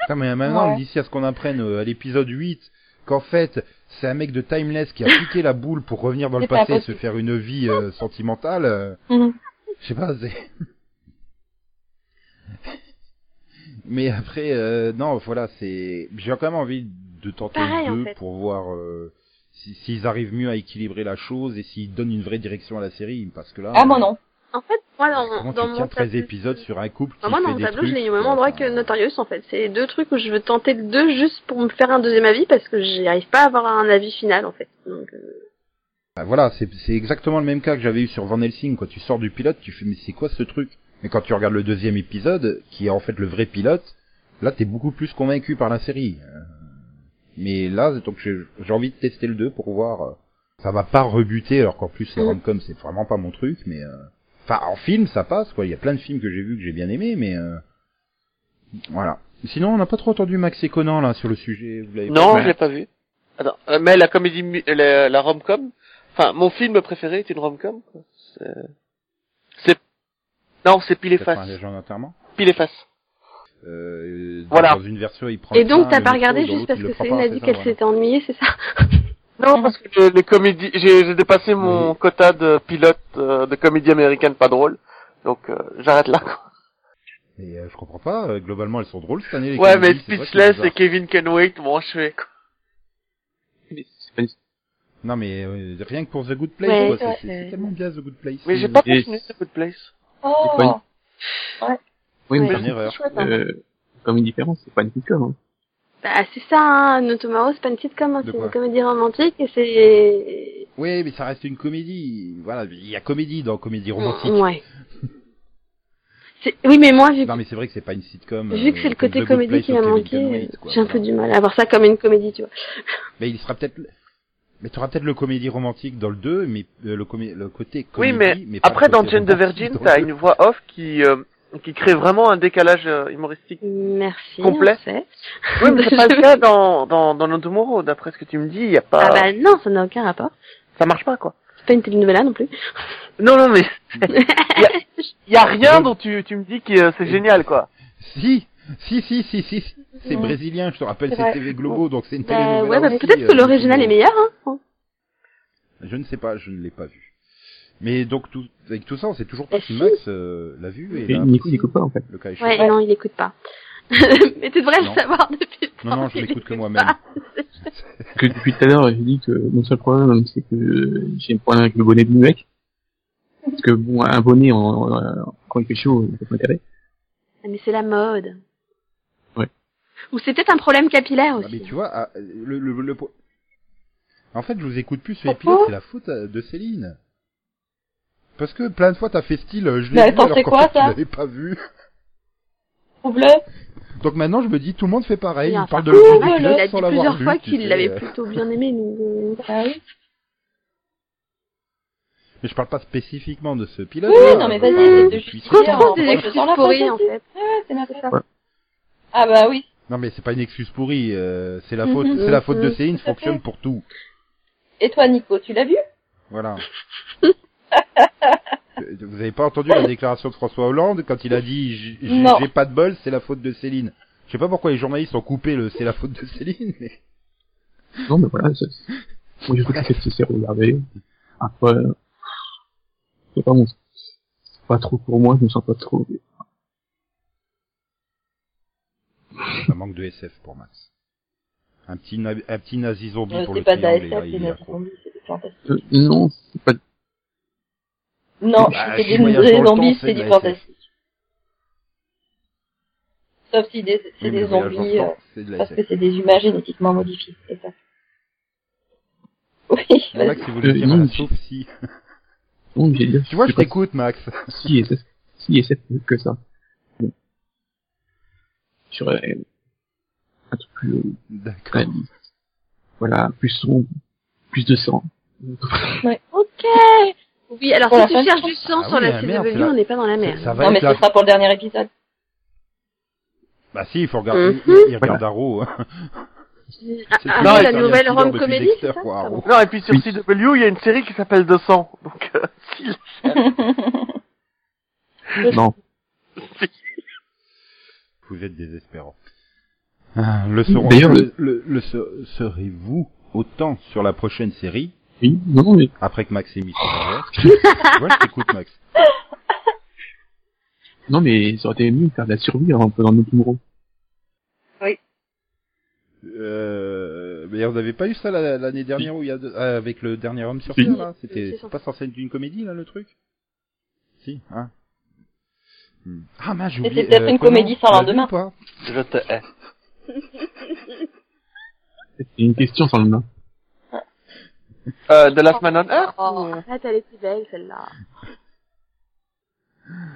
Speaker 1: Putain, mais maintenant,
Speaker 5: Ouais.
Speaker 1: d'ici à ce qu'on apprenne euh, à l'épisode 8, qu'en fait, c'est un mec de Timeless qui a piqué la boule pour revenir dans le
Speaker 5: C'est pas
Speaker 1: passé et se
Speaker 5: possible.
Speaker 1: faire une vie euh, sentimentale, euh,
Speaker 5: Mhm.
Speaker 1: je sais pas, c'est... mais après, euh, non, voilà, c'est... J'ai quand même envie de tenter
Speaker 2: Pareil,
Speaker 1: les
Speaker 2: en
Speaker 1: deux
Speaker 2: fait.
Speaker 1: pour voir euh, si- s'ils arrivent mieux à équilibrer la chose et s'ils donnent une vraie direction à la série, parce que là...
Speaker 5: Ah, moi non.
Speaker 2: En fait, moi
Speaker 1: Comment
Speaker 2: dans, dans
Speaker 1: tu
Speaker 2: mon
Speaker 1: tiens 13
Speaker 2: tableau-
Speaker 1: épisodes sur un couple qui
Speaker 2: Bah, moi,
Speaker 1: fait
Speaker 2: dans mon
Speaker 1: des
Speaker 2: tableau, je
Speaker 1: trucs, euh,
Speaker 2: l'ai eu au même endroit que
Speaker 1: enfin,
Speaker 2: Notorious, en fait. C'est deux trucs où je veux tenter le deux juste pour me faire un deuxième avis parce que j'arrive pas à avoir un avis final, en fait. Donc, euh,
Speaker 1: Bah voilà, c'est c'est exactement le même cas que j'avais eu sur Van Helsing. Quand tu sors du pilote, tu fais mais c'est quoi ce truc Mais quand tu regardes le deuxième épisode, qui est en fait le vrai pilote, là t'es beaucoup plus convaincu par la série. Euh, Mais là, donc j'ai j'ai envie de tester le 2 pour voir. euh, Ça va pas rebuter, alors qu'en plus les
Speaker 2: Mm.
Speaker 1: rom-com c'est vraiment pas mon truc. Mais euh, enfin en film ça passe quoi. Il y a plein de films que j'ai vus que j'ai bien aimé, mais euh, voilà. Sinon on n'a pas trop entendu Max et Conan là sur le sujet. Vous l'avez pas
Speaker 4: Non,
Speaker 3: Ouais.
Speaker 4: je l'ai pas vu. Attends, euh, mais la comédie, mu- la, la rom-com, enfin, mon film préféré est une rom-com. quoi. C'est, c'est- non, c'est pile et
Speaker 1: Peut-être un
Speaker 4: face.
Speaker 1: léger enterrement
Speaker 4: Pile et face.
Speaker 1: Euh, dans-
Speaker 4: Voilà.
Speaker 1: dans une version, il prend
Speaker 2: Et
Speaker 1: le
Speaker 2: donc,
Speaker 1: train,
Speaker 2: t'as
Speaker 1: le
Speaker 2: pas
Speaker 1: métro,
Speaker 2: regardé
Speaker 1: dans
Speaker 2: juste
Speaker 1: l'autre,
Speaker 2: parce
Speaker 1: il le
Speaker 2: que
Speaker 1: prend
Speaker 2: Céline
Speaker 1: pas,
Speaker 2: a
Speaker 1: c'est
Speaker 2: dit
Speaker 1: ça,
Speaker 2: qu'elle
Speaker 1: voilà.
Speaker 2: s'était ennuyée, c'est ça?
Speaker 4: Non, parce que les, les comédies, j'ai j'ai dépassé mon quota de pilote euh, de comédie américaine pas drôle. Donc, euh, j'arrête là.
Speaker 1: Et euh, je comprends pas, euh, globalement, elles sont drôles cette année. les
Speaker 4: Ouais, mais
Speaker 1: comédies, c'est vrai que c'est
Speaker 4: Speechless
Speaker 1: bizarre.
Speaker 4: et Kevin Can Wait m'ont achevé, quoi.
Speaker 3: Mais c'est pas une-
Speaker 1: Non, mais euh, rien que pour The Good Place,
Speaker 2: Ouais,
Speaker 1: quoi, c'est-
Speaker 5: c'est vrai,
Speaker 1: c'est
Speaker 5: c'est-
Speaker 1: c'est tellement bien The Good Place.
Speaker 4: Mais
Speaker 1: C'est-
Speaker 4: j'ai pas
Speaker 3: Et-
Speaker 4: continué ce Good Place.
Speaker 5: Oh.
Speaker 3: pas une- Oui,
Speaker 2: Ouais.
Speaker 3: mais
Speaker 1: C'est une erreur.
Speaker 5: Chouette, hein.
Speaker 3: euh, comme une différence, c'est pas une sitcom. Hein.
Speaker 2: Bah, c'est ça, hein. Notomaro, c'est pas une sitcom, hein.
Speaker 1: De
Speaker 2: c'est
Speaker 1: quoi
Speaker 2: une comédie romantique et c'est...
Speaker 1: Oui, mais ça reste une comédie. Voilà, il y a comédie dans comédie romantique.
Speaker 2: Ouais. C'est- Oui, mais moi, vu,
Speaker 1: Non, mais c'est vrai que c'est pas une sitcom.
Speaker 2: vu que c'est
Speaker 1: euh,
Speaker 2: le
Speaker 1: comme
Speaker 2: côté
Speaker 1: The Good
Speaker 2: comédie
Speaker 1: Place
Speaker 2: qui
Speaker 1: ou
Speaker 2: m'a
Speaker 1: Kevin
Speaker 2: manqué,
Speaker 1: Can
Speaker 2: euh,
Speaker 1: Wait, quoi,
Speaker 2: j'ai un peu
Speaker 1: voilà.
Speaker 2: du mal à voir ça comme une comédie, tu vois.
Speaker 1: Mais il sera peut-être. Mais t'auras peut-être le comédie romantique dans le 2, mais euh, le, comé- le côté
Speaker 4: Oui,
Speaker 1: comédie.
Speaker 4: mais,
Speaker 1: pas le
Speaker 4: après, dans
Speaker 1: côté
Speaker 4: Jane the
Speaker 1: romantique
Speaker 4: Virgin,
Speaker 1: dans le
Speaker 4: t'as
Speaker 1: deux.
Speaker 4: une voix off qui, euh, qui crée vraiment un décalage euh, humoristique.
Speaker 2: Merci.
Speaker 4: Complet.
Speaker 2: on sait.
Speaker 4: Oui, mais c'est pas le cas dans, dans, dans No Tomorrow. D'après ce que tu me dis, y a pas,
Speaker 2: Ah bah, non, ça n'a aucun rapport.
Speaker 4: ça marche pas, quoi.
Speaker 2: C'est pas une telenovela non plus.
Speaker 4: Non, non, mais y a rien dont tu, tu me dis que euh, c'est génial, quoi.
Speaker 1: Si, si, si, si, si. si. C'est
Speaker 5: Ouais.
Speaker 1: brésilien, je te rappelle,
Speaker 5: C'est
Speaker 1: c'est
Speaker 5: vrai.
Speaker 1: TV Globo, donc c'est une
Speaker 2: Bah,
Speaker 1: télénovela
Speaker 2: ouais, bah,
Speaker 1: aussi,
Speaker 2: peut-être que
Speaker 1: euh,
Speaker 2: l'original
Speaker 1: donc,
Speaker 2: est meilleur, hein.
Speaker 1: Je ne sais pas, je ne l'ai pas vu. Mais donc tout, avec tout ça, on sait toujours
Speaker 2: Bah,
Speaker 1: pas si
Speaker 2: si.
Speaker 1: Max euh, l'a vu et
Speaker 3: Et
Speaker 1: l'a
Speaker 3: Nico, il
Speaker 1: apprécié,
Speaker 3: écoute pas, en fait.
Speaker 1: le cas échéant.
Speaker 2: Ouais, non, il écoute pas. mais tu devrais
Speaker 1: Non.
Speaker 2: le savoir depuis le
Speaker 1: Non,
Speaker 2: temps
Speaker 1: non, je
Speaker 2: qu'il
Speaker 1: l'écoute que
Speaker 2: écoute
Speaker 1: moi-même.
Speaker 2: pas.
Speaker 3: Parce que depuis tout à l'heure, j'ai dit que mon seul problème, c'est que j'ai un problème avec le bonnet du mec. Parce que bon, un bonnet en, en, en- quand il fait chaud, il n'a pas d'intérêt.
Speaker 2: Ah, Mais c'est la mode.
Speaker 3: Ouais.
Speaker 2: Ou c'est peut-être un problème capillaire
Speaker 1: Ah,
Speaker 2: aussi.
Speaker 1: mais tu vois, ah, le, le, le po- en fait, je vous écoute plus sur
Speaker 2: Oh,
Speaker 1: les pilotes,
Speaker 5: Pourquoi
Speaker 1: c'est la faute euh, de Céline. Parce que plein de fois, t'as fait style, euh, je
Speaker 5: Mais
Speaker 1: l'ai
Speaker 5: elle
Speaker 1: vu
Speaker 5: pensait
Speaker 1: alors qu'en
Speaker 5: quoi,
Speaker 1: fait, tu
Speaker 5: ça
Speaker 1: l'avais pas vu.
Speaker 5: Trouve-le.
Speaker 1: Donc maintenant, je me dis, tout le monde fait pareil.
Speaker 2: Il y a
Speaker 1: Il
Speaker 2: un
Speaker 1: parle de
Speaker 2: certain
Speaker 1: l'autre
Speaker 2: nombre,
Speaker 1: du
Speaker 2: il
Speaker 1: club
Speaker 2: a dit
Speaker 1: sans l'avoir
Speaker 2: plusieurs
Speaker 1: vu,
Speaker 2: fois
Speaker 1: tu
Speaker 2: qu'il
Speaker 1: sais.
Speaker 2: l'avait plutôt bien aimé, donc, euh,
Speaker 5: Ah oui.
Speaker 1: Mais je parle pas spécifiquement de ce pilote.
Speaker 5: Oui, non, mais vas-y,
Speaker 1: Euh,
Speaker 5: de
Speaker 1: puis-
Speaker 5: justice.
Speaker 2: qu'on
Speaker 5: Bien,
Speaker 2: trouve
Speaker 5: on
Speaker 2: des
Speaker 5: voit que
Speaker 2: excuses
Speaker 5: sur la
Speaker 2: pourries,
Speaker 5: photo,
Speaker 2: en fait.
Speaker 5: Ouais, c'est ma
Speaker 2: C'est ça.
Speaker 5: faute. Ah bah oui.
Speaker 1: Non, mais c'est pas une excuse pourrie. euh, c'est la
Speaker 5: Mhm,
Speaker 1: faute,
Speaker 5: mhm,
Speaker 1: c'est la faute de
Speaker 2: mhm,
Speaker 1: Céline.
Speaker 5: tout à fait.
Speaker 1: Fonctionne pour tout.
Speaker 5: Et toi, Nico, tu l'as vu
Speaker 1: Voilà. Euh, Vous avez pas entendu la déclaration de François Hollande quand il a dit J- j-
Speaker 5: Non.
Speaker 1: j'ai pas de bol, c'est la faute de Céline. Je sais pas pourquoi les journalistes ont coupé le c'est la faute de Céline, mais
Speaker 3: Non, mais voilà, c'est... Moi, j'ai fait que c'est regardé. Après, euh, c'est pas mon... c'est pas trop pour moi, je me sens pas trop...
Speaker 1: ça manque de SF pour Max. Un petit, na- un petit nazi zombie
Speaker 5: Euh,
Speaker 1: pour
Speaker 5: C'est
Speaker 1: le
Speaker 5: pas de la
Speaker 1: triangle, et là,
Speaker 5: SF, c'est
Speaker 1: il
Speaker 5: de
Speaker 1: est
Speaker 5: la
Speaker 1: accro.
Speaker 5: zombie, c'est des fantastiques.
Speaker 3: Euh, non, c'est pas...
Speaker 5: Non,
Speaker 1: Bah,
Speaker 5: c'est
Speaker 1: si
Speaker 5: des,
Speaker 1: moyen
Speaker 5: des
Speaker 1: sur le
Speaker 5: zombies,
Speaker 1: temps,
Speaker 5: c'est
Speaker 1: de
Speaker 5: du
Speaker 1: la SF.
Speaker 5: fantastique. Sauf si des- c'est
Speaker 1: Oui, mais
Speaker 5: des
Speaker 1: le voyage dans le
Speaker 5: zombies,
Speaker 1: temps,
Speaker 5: euh,
Speaker 1: c'est de la
Speaker 5: parce
Speaker 1: SF.
Speaker 5: que c'est des humains génétiquement modifiés. c'est ça. Oui,
Speaker 1: Bon, Max,
Speaker 5: vas-y.
Speaker 1: il voulait
Speaker 3: Euh,
Speaker 1: dire voilà,
Speaker 3: non,
Speaker 1: sauf si.
Speaker 3: Non, j'ai dit...
Speaker 1: Tu vois,
Speaker 3: c'est
Speaker 1: je
Speaker 3: pas
Speaker 1: t'écoute, Max.
Speaker 3: si SF, si SF que ça. Bon. Sur euh, un truc plus euh,
Speaker 1: D'accord.
Speaker 3: réaliste. Voilà, plus sombre, plus de sang.
Speaker 2: Ok Oui, alors
Speaker 5: Pour la
Speaker 2: si tu
Speaker 5: fin de
Speaker 2: cherches
Speaker 5: temps.
Speaker 2: du sang
Speaker 1: Ah
Speaker 2: sur
Speaker 1: oui,
Speaker 2: la
Speaker 1: la merde,
Speaker 2: CW,
Speaker 1: c'est la-
Speaker 2: on n'est pas dans la merde.
Speaker 1: Ça va
Speaker 5: Non, mais
Speaker 1: être
Speaker 5: ce
Speaker 1: la.
Speaker 5: sera pour le dernier épisode.
Speaker 1: Bah si, il faut regarder.
Speaker 2: Mhm.
Speaker 1: Il, il regarde Arrow. hein. C'est le
Speaker 2: Ah,
Speaker 1: plus
Speaker 2: ah,
Speaker 1: grand
Speaker 2: la
Speaker 1: serial
Speaker 2: nouvelle
Speaker 1: killer
Speaker 2: rom
Speaker 1: depuis
Speaker 2: comédie,
Speaker 1: Dexter,
Speaker 2: c'est ça
Speaker 1: quoi, Arrow.
Speaker 4: Non, et puis sur
Speaker 3: Oui.
Speaker 4: CW, il y a une série qui s'appelle 200. Donc, euh, si-
Speaker 3: Non,
Speaker 1: Vous êtes désespérant. Le seront,
Speaker 3: D'ailleurs,
Speaker 1: le, Ah, le, le se- serez-vous autant sur la prochaine série
Speaker 3: oui, non, non, mais
Speaker 1: après que Max ait mis son verre Tu vois, je t'écoute, Max.
Speaker 3: Non, mais ça aurait été mieux de faire de la survie en faisant notre numéro.
Speaker 1: Euh, mais on n'avait pas eu ça la- l'année dernière où il y a deux- euh, avec le dernier homme sur
Speaker 3: Si.
Speaker 1: terre là. C'était
Speaker 2: C'est
Speaker 1: c'est
Speaker 2: ça.
Speaker 1: pas censé être une comédie là le truc. Si, hein. Hmm. Ah mince, j'ai
Speaker 5: C'était
Speaker 1: oublié.
Speaker 5: peut-être une
Speaker 1: Conan,
Speaker 5: comédie sans
Speaker 1: tu l'as
Speaker 5: lendemain.
Speaker 1: vu ou pas
Speaker 4: je te hais.
Speaker 3: C'est une question sans le nom.
Speaker 4: Euh, The Last Man on Earth
Speaker 1: Ah.
Speaker 5: Oh.
Speaker 2: Arrête, elle est si belle, celle-là.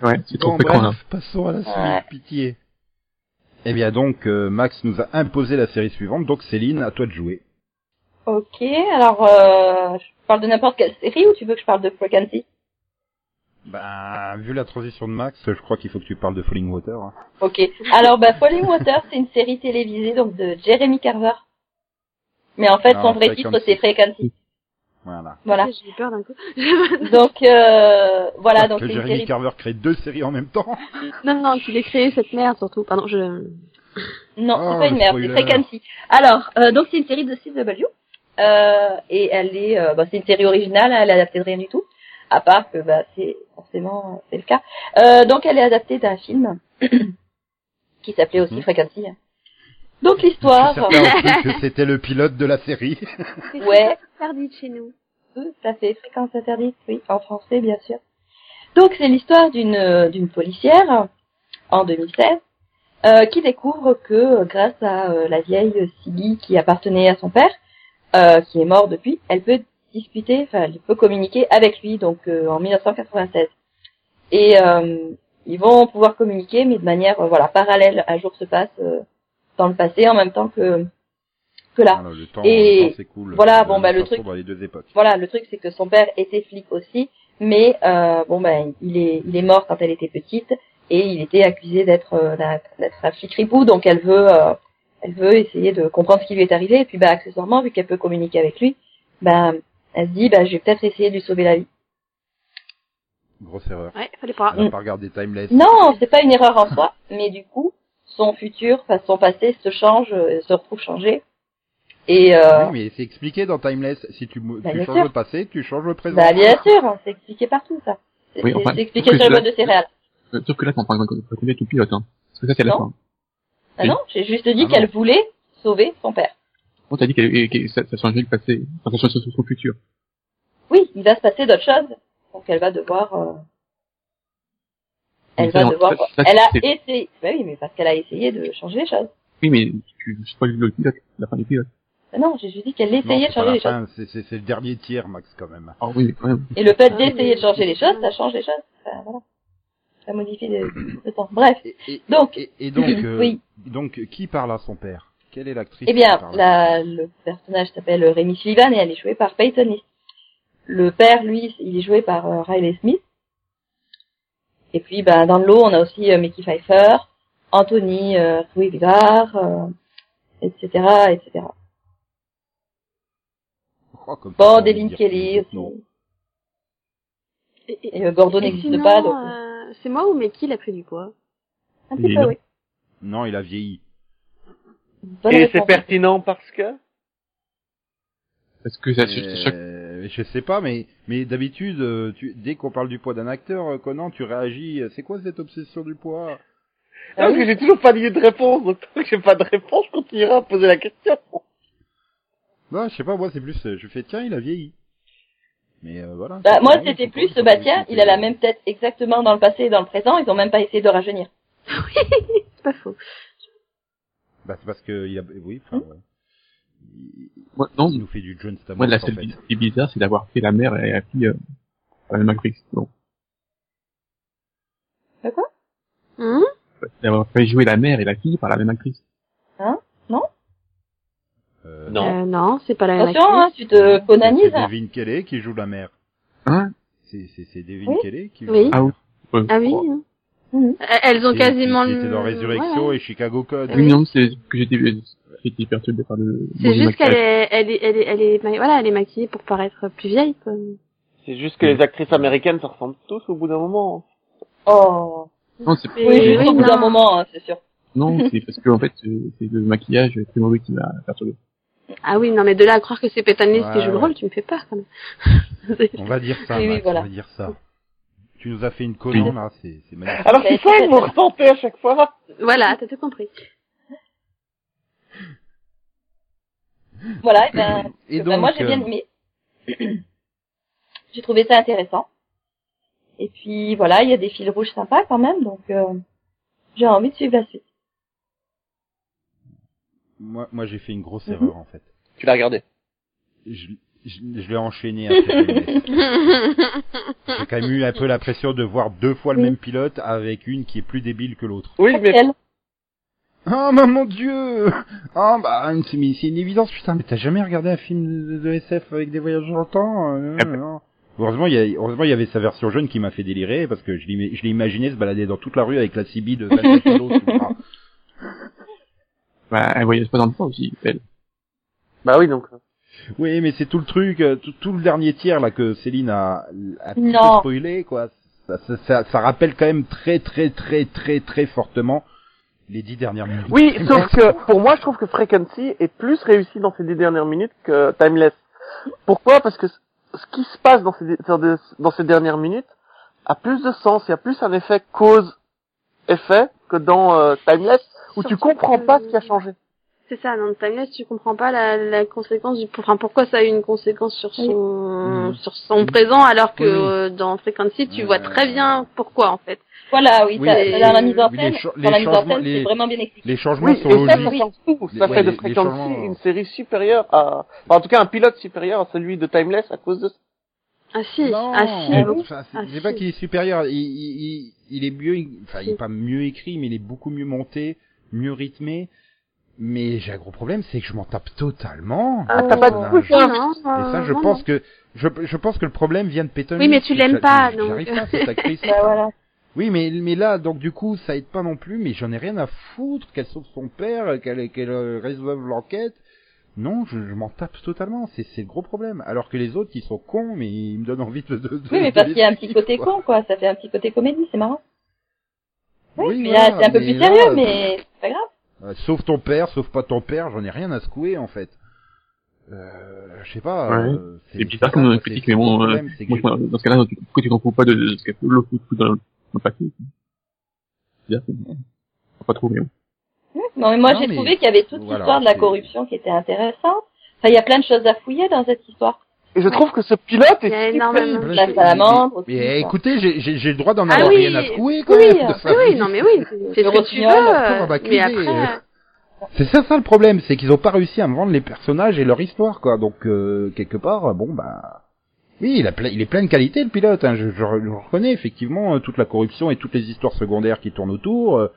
Speaker 3: Ouais, c'est
Speaker 1: Bon,
Speaker 3: trop fréquent, là.
Speaker 1: bref, passons à la suite,
Speaker 5: Ouais.
Speaker 1: pitié. Eh bien donc, euh, Max nous a imposé la série suivante, donc Céline, à toi de jouer.
Speaker 5: Ok, alors, euh, je parle de n'importe quelle série ou tu veux que je parle de Frequency
Speaker 1: Bah, vu la transition de Max, je crois qu'il faut que tu parles de Falling Water. hein.
Speaker 5: Ok. Alors, bah, Falling Water, c'est une série télévisée donc de Jeremy Carver. Mais en fait,
Speaker 1: Non,
Speaker 5: son vrai
Speaker 1: Frequency.
Speaker 5: titre, c'est Frequency.
Speaker 1: Voilà.
Speaker 5: Voilà.
Speaker 2: J'ai eu peur d'un coup.
Speaker 5: Donc, euh, voilà, donc
Speaker 1: que
Speaker 5: c'est une
Speaker 1: Jeremy
Speaker 5: série
Speaker 1: Carver crée deux séries en même temps.
Speaker 2: non, non, tu l'as créé cette merde surtout. Pardon, je...
Speaker 5: Non,
Speaker 1: Oh,
Speaker 5: c'est pas une
Speaker 1: le
Speaker 5: merde, c'est
Speaker 1: spoiler.
Speaker 5: Frequency. Alors, euh, donc c'est une série de CW. Euh, et elle est, euh, bah, c'est une série originale, hein, elle est adaptée de rien du tout, à part que bah, c'est forcément euh, c'est le cas. Euh, donc elle est adaptée d'un film qui s'appelait aussi
Speaker 1: Mhm.
Speaker 5: Frequency. hein. Donc
Speaker 1: Je
Speaker 5: l'histoire,
Speaker 1: suis certain en plus que c'était le pilote de la série.
Speaker 5: Ouais.
Speaker 2: C'est interdit de chez nous.
Speaker 5: Tout à fait, fréquence interdite, oui, en français bien sûr. Donc c'est l'histoire d'une euh, d'une policière en 2016 euh, qui découvre que euh, grâce à euh, la vieille Siggy qui appartenait à son père, euh, qui est mort depuis, elle peut discuter, enfin elle peut communiquer avec lui donc euh, en 1996. Et euh, ils vont pouvoir communiquer mais de manière euh, voilà parallèle. Un jour se passe euh, dans le passé en même temps que que là.
Speaker 1: Alors, le temps,
Speaker 5: Bah, Et
Speaker 1: le temps, c'est cool. Euh,
Speaker 5: voilà,
Speaker 1: De
Speaker 5: bon, bah, le
Speaker 1: façon,
Speaker 5: truc-
Speaker 1: Dans les deux époques.
Speaker 5: voilà, le truc c'est que son père était flic aussi, mais euh, bon ben il est il est mort quand elle était petite et il était accusé d'être euh, d'un- d'être un flic ripou, donc elle veut euh, elle veut essayer de comprendre ce qui lui est arrivé et puis bah accessoirement vu qu'elle peut communiquer avec lui, ben elle se dit bah je vais peut-être essayer de lui sauver la vie.
Speaker 1: Grosse erreur.
Speaker 2: Ouais, fallait pas.
Speaker 1: Elle n'a
Speaker 5: Mm.
Speaker 1: pas regardé Timeless.
Speaker 5: Non, c'est pas une erreur en soi, mais du coup son futur, enfin son passé se change, euh, se retrouve changé et euh,
Speaker 1: Oui, mais c'est expliqué dans Timeless. Si tu, mo-
Speaker 5: Bah,
Speaker 1: tu
Speaker 5: bien
Speaker 1: changes
Speaker 5: sûr.
Speaker 1: le passé, tu changes le présent.
Speaker 5: bah bien sûr c'est expliqué partout ça, c'est
Speaker 3: Oui, enfin,
Speaker 5: c'est expliqué
Speaker 3: que
Speaker 5: sur le
Speaker 3: cela-
Speaker 5: mode de céréales.
Speaker 3: Euh, Sauf que là, t'en parles pas combien tout pilote, hein. Parce que ça, c'est la
Speaker 5: Non.
Speaker 3: fin.
Speaker 5: Ah
Speaker 3: Oui.
Speaker 5: non, j'ai juste dit
Speaker 1: Ah
Speaker 5: qu'elle
Speaker 1: non.
Speaker 5: voulait sauver son père.
Speaker 3: Bon, t'as dit qu'elle, et- que ça, ça changeait le passé. Enfin, ça changeait son, son futur.
Speaker 5: Oui, il va se passer d'autres choses. Donc elle va devoir... euh, Elle
Speaker 3: Mais ça,
Speaker 5: va
Speaker 3: non,
Speaker 5: devoir...
Speaker 3: ça, ça,
Speaker 5: elle a
Speaker 3: c'est-
Speaker 5: essayé... Bah oui, mais parce qu'elle a essayé de changer les choses.
Speaker 3: Oui, mais tu spoil le pilote, la fin du pilote.
Speaker 5: Ah non, j'ai juste dit qu'elle
Speaker 1: Non,
Speaker 5: essayait de
Speaker 1: c'est pas
Speaker 5: changer
Speaker 1: la
Speaker 5: les choses.
Speaker 1: fin, c'est- c'est c'est le dernier tiers, Max, quand même.
Speaker 3: Ah oui, mais quand même.
Speaker 5: Et le fait
Speaker 2: Ah,
Speaker 5: d'essayer
Speaker 2: mais-
Speaker 5: de changer les choses, ça change les choses. Enfin, voilà. ça modifie le, le temps. Bref.
Speaker 1: Et, et-
Speaker 5: Donc.
Speaker 1: et- et donc, euh,
Speaker 5: Oui.
Speaker 1: donc, qui parle à son père Quelle est l'actrice
Speaker 5: Eh bien,
Speaker 1: qui parle à
Speaker 5: la, le personnage s'appelle Rémi Sullivan et elle est jouée par Peyton List. Le père, lui, il est joué par euh, Riley Smith. Et puis, ben, dans le lot, on a aussi euh, Mickey Pfeiffer, Anthony euh, Ruigar, euh, etc., etc.
Speaker 1: son père Oh, comme ça,
Speaker 5: Bon,
Speaker 1: on veut
Speaker 5: Devin
Speaker 1: dire
Speaker 5: Kelly
Speaker 1: plus de noms.
Speaker 5: aussi. Et euh, Gordon
Speaker 2: Et
Speaker 5: n'existe
Speaker 2: sinon,
Speaker 5: pas, donc...
Speaker 2: euh, c'est moi ou Meki, il a pris du poids
Speaker 5: Un petit
Speaker 3: Et
Speaker 5: peu,
Speaker 3: non.
Speaker 5: oui.
Speaker 1: Non, il a vieilli.
Speaker 5: Bonne
Speaker 4: Et c'est
Speaker 5: réponse.
Speaker 4: pertinent parce que
Speaker 3: Parce que ça,
Speaker 1: Euh,
Speaker 3: chaque...
Speaker 1: Je sais pas, mais mais d'habitude, euh, tu- dès qu'on parle du poids d'un acteur, euh, Conan, tu réagis. euh, C'est quoi cette obsession du poids
Speaker 5: Ah
Speaker 4: Non, parce
Speaker 5: oui.
Speaker 4: que j'ai toujours pas d'idée de réponse, donc tant que j'ai pas de réponse, je continuerai à poser la question.
Speaker 1: Non, Bah, je sais pas. Moi, c'est plus. euh, Je fais tiens, il a vieilli. Mais euh, voilà.
Speaker 5: Bah,
Speaker 1: c'est
Speaker 5: moi,
Speaker 1: pareil,
Speaker 5: c'était
Speaker 1: c'est
Speaker 5: plus,
Speaker 1: pas-
Speaker 5: bah tiens,
Speaker 1: c'est-
Speaker 5: il a la même tête exactement dans le passé et dans le présent, ils ont même pas essayé de rajeunir.
Speaker 2: C'est pas faux.
Speaker 1: Bah, c'est parce que il a. Oui. Enfin,
Speaker 5: Hmm
Speaker 1: ouais. Il-
Speaker 3: Moi, non,
Speaker 1: Il nous fait du John Stamos.
Speaker 3: moi, la
Speaker 1: en
Speaker 3: seule
Speaker 1: fait.
Speaker 3: bi- qui est bizarre, c'est d'avoir fait la mère et la fille, euh, à la même actrice. Non.
Speaker 2: Hein
Speaker 3: D'avoir fait jouer la mère et la fille par la même actrice.
Speaker 1: Euh,
Speaker 4: Non.
Speaker 2: Euh, non, c'est pas la même
Speaker 5: Attention,
Speaker 2: actrice.
Speaker 5: hein, tu te
Speaker 1: C'est
Speaker 5: conanises. hein.
Speaker 1: Devin Kelly qui joue la mère.
Speaker 3: Hein?
Speaker 1: C'est c'est c'est Devin
Speaker 5: Oui.
Speaker 1: Kelly qui joue.
Speaker 2: Oui.
Speaker 1: la
Speaker 3: Ah
Speaker 1: mère.
Speaker 3: oui. Euh,
Speaker 2: Ah oui
Speaker 3: oh.
Speaker 2: hein.
Speaker 5: Mhm.
Speaker 2: Euh, Elles ont
Speaker 1: Qui-
Speaker 2: quasiment
Speaker 1: qui
Speaker 2: le...
Speaker 1: était dans Résurrection
Speaker 2: Ouais.
Speaker 1: et Chicago Code.
Speaker 3: Oui, non, c'est que j'étais, euh, j'étais perturbé par le.
Speaker 2: C'est
Speaker 3: mauvais
Speaker 2: juste qu'elle
Speaker 3: maquillage.
Speaker 2: est, elle est, elle est, elle est, ma- voilà, elle est maquillée pour paraître plus vieille, quoi.
Speaker 4: C'est juste que les actrices américaines se ressemblent tous au bout d'un moment.
Speaker 5: Oh.
Speaker 3: Non, c'est,
Speaker 2: Mais
Speaker 5: Oui,
Speaker 2: oui,
Speaker 5: juste au bout
Speaker 2: non.
Speaker 5: d'un moment, hein, c'est sûr.
Speaker 3: non, c'est parce que, en fait, euh, c'est le maquillage très mauvais qui m'a perturbé.
Speaker 2: Ah oui, non, mais de là à croire que c'est Peyton List qui
Speaker 1: Ouais,
Speaker 2: joue le
Speaker 1: ouais.
Speaker 2: rôle, tu me fais peur, quand même.
Speaker 1: On va dire ça.
Speaker 5: Oui, oui,
Speaker 1: Max,
Speaker 5: voilà.
Speaker 1: On va dire ça. Tu nous as fait une Conan là, c'est c'est magnifique.
Speaker 4: Alors c'est ça que vous ressentez à chaque fois.
Speaker 2: voilà, t'as tout compris.
Speaker 5: Voilà, et ben,
Speaker 1: Et
Speaker 5: ben, moi j'ai
Speaker 1: euh,
Speaker 5: bien aimé. j'ai trouvé ça intéressant. Et puis voilà, il y a des fils rouges sympas quand même, donc euh, j'ai envie de suivre la suite.
Speaker 1: Moi, moi j'ai fait une
Speaker 5: Mhm.
Speaker 1: grosse erreur en fait.
Speaker 4: Tu l'as regardé.
Speaker 1: Je, je, je l'ai enchaîné à Terre J'ai quand même eu un peu la pression de voir deux fois le
Speaker 5: Oui.
Speaker 1: même pilote avec une qui est plus débile que l'autre.
Speaker 4: Oui, mais
Speaker 5: Laquelle
Speaker 1: Oh bah, mon dieu Oh bah c'est mais c'est une évidence putain mais t'as jamais regardé un film de, de SF avec des voyages dans le temps euh,
Speaker 3: Ah bah.
Speaker 1: non. Heureusement il y a- heureusement, il y avait sa version jeune qui m'a fait délirer parce que je l'im- je l'ai imaginé se balader dans toute la rue avec la CB de 27 kilos sous le bras.
Speaker 3: Bah, elle voyage pas dans le temps aussi, elle.
Speaker 4: bah oui donc.
Speaker 1: Oui, mais c'est tout le truc, euh, tout, tout le dernier tiers là que Céline a, a un petit peu
Speaker 5: Non.
Speaker 1: spoilé quoi. Ça, ça, ça- ça rappelle quand même très très très très très fortement les dix dernières minutes.
Speaker 4: Oui, sauf que pour moi je trouve que Frequency est plus réussi dans ces dix dernières minutes que Timeless. Pourquoi Parce que ce qui se passe dans ces, dé- dans des- dans ces dernières minutes a plus de sens, il y a plus un effet cause-effet que dans euh, Timeless où tu
Speaker 2: Surtout
Speaker 4: comprends
Speaker 2: que-
Speaker 4: pas ce qui a changé.
Speaker 2: C'est ça, dans le timeless, tu comprends pas la, la conséquence du, enfin, pourquoi ça a eu une conséquence sur son,
Speaker 4: Mm.
Speaker 1: Mhm.
Speaker 2: sur son présent, alors que
Speaker 1: Oui.
Speaker 2: euh, dans Frequency, tu
Speaker 1: Euh.
Speaker 2: vois très bien pourquoi, en fait.
Speaker 5: Voilà, oui,
Speaker 1: Oui,
Speaker 5: ça-
Speaker 1: les-
Speaker 5: ça, dans la mise en
Speaker 1: oui,
Speaker 5: scène,
Speaker 1: les cha- les
Speaker 5: dans la mise en
Speaker 1: changements-
Speaker 5: scène,
Speaker 1: les-
Speaker 5: c'est vraiment bien expliqué.
Speaker 1: Les changements
Speaker 4: Oui,
Speaker 1: sont
Speaker 4: et ça, ça
Speaker 1: logiques.
Speaker 4: change tout. Ça
Speaker 1: Ouais,
Speaker 4: fait
Speaker 1: les-
Speaker 4: de
Speaker 1: les
Speaker 4: Frequency
Speaker 1: changements- hein.
Speaker 4: une série supérieure à... Enfin, en tout cas, un pilote supérieur à celui de Timeless à cause de...
Speaker 2: Ah si,
Speaker 1: Non, Eh
Speaker 2: ah si,
Speaker 3: Mais
Speaker 2: beaucoup.
Speaker 1: enfin, c'est
Speaker 2: Ah,
Speaker 1: c'est pas
Speaker 2: si.
Speaker 1: qu'il est supérieur, il, il, il- il est mieux, enfin il est
Speaker 2: Si.
Speaker 1: pas mieux écrit, mais il est beaucoup mieux monté, mieux rythmé. Mais j'ai un gros problème, c'est que je m'en tape totalement.
Speaker 4: Ah, t'as pas
Speaker 1: Voilà,
Speaker 4: de couche,
Speaker 1: je-
Speaker 4: hein.
Speaker 2: Non,
Speaker 1: Et ça,
Speaker 2: euh,
Speaker 1: je
Speaker 2: non,
Speaker 1: pense que je, je pense que le problème vient de Peyton.
Speaker 2: Oui, mais
Speaker 1: List,
Speaker 2: tu
Speaker 1: c'est
Speaker 2: l'aimes
Speaker 1: que j'a-
Speaker 2: pas,
Speaker 1: j'y-
Speaker 2: donc.
Speaker 1: J'arrive pas, cette actrice.
Speaker 5: Bah voilà.
Speaker 1: Oui, mais mais là, donc du coup, ça aide pas non plus. Mais j'en ai rien à foutre qu'elle sauve son père, qu'elle qu'elle euh, résolve l'enquête. Non, je, je m'en tape totalement. C'est c'est le gros problème. Alors que les autres, ils sont cons, mais ils me donnent envie de. de, de-
Speaker 5: Oui, mais
Speaker 1: de
Speaker 5: parce
Speaker 1: les
Speaker 5: qu'il y a un petit
Speaker 1: suivre,
Speaker 5: côté
Speaker 1: quoi.
Speaker 5: con, quoi. Ça fait un petit côté comédie, c'est marrant. Oui,
Speaker 1: Oui,
Speaker 5: mais là,
Speaker 1: voilà,
Speaker 5: c'est un peu
Speaker 1: mais
Speaker 5: plus
Speaker 1: là,
Speaker 5: sérieux, mais c'est pas grave.
Speaker 1: euh, sauve ton père, sauve pas ton père. J'en ai rien à secouer en fait. Euh, je sais pas.
Speaker 3: Ouais.
Speaker 1: euh,
Speaker 3: C'est bizarre
Speaker 1: ça,
Speaker 3: comme
Speaker 1: quoi,
Speaker 3: critique,
Speaker 1: c'est-
Speaker 3: mais
Speaker 1: le
Speaker 3: bon, euh,
Speaker 1: problème, c'est que
Speaker 3: moi,
Speaker 1: je-
Speaker 3: je- dans ce cas-là, tu- pourquoi tu t'en fous pas de, de ce qu'a fait l'autre foutu dans le, dans le paquet quoi. C'est bizarre, c'est- c'est pas hein. trop, mais bon.
Speaker 5: Non, mais moi,
Speaker 1: Non,
Speaker 5: j'ai
Speaker 1: mais-
Speaker 5: trouvé qu'il y avait toute
Speaker 1: voilà,
Speaker 5: l'histoire de la
Speaker 1: c'est-
Speaker 5: corruption qui était intéressante. Enfin, il y a plein de choses à fouiller dans cette histoire.
Speaker 4: Et je trouve que ce pilote
Speaker 2: Il y a
Speaker 4: est...
Speaker 2: énormément de
Speaker 1: Voilà,
Speaker 5: La
Speaker 1: c'est-
Speaker 5: salamandre aussi,
Speaker 1: Mais eh,
Speaker 5: quoi.
Speaker 1: écoutez, j'ai- j'ai j'ai le droit d'en
Speaker 2: Ah
Speaker 1: avoir
Speaker 2: oui.
Speaker 1: rien à secouer quand
Speaker 5: Oui,
Speaker 1: même. de
Speaker 5: euh,
Speaker 1: sa
Speaker 2: Oui, oui,
Speaker 1: vie.
Speaker 2: non, mais oui, c'est ce que tu veux,
Speaker 5: Rossignol,
Speaker 1: on va
Speaker 2: euh, mais
Speaker 1: m'accuser.
Speaker 2: après,
Speaker 1: C'est ça, ça le problème, c'est qu'ils ont pas réussi à me vendre les personnages et leur histoire, quoi. Donc euh, quelque part, bon bah, Oui, il, a ple- il est plein de qualités le pilote. hein. Je, je re- je reconnais effectivement euh, toute la corruption et toutes les histoires secondaires qui tournent autour. euh,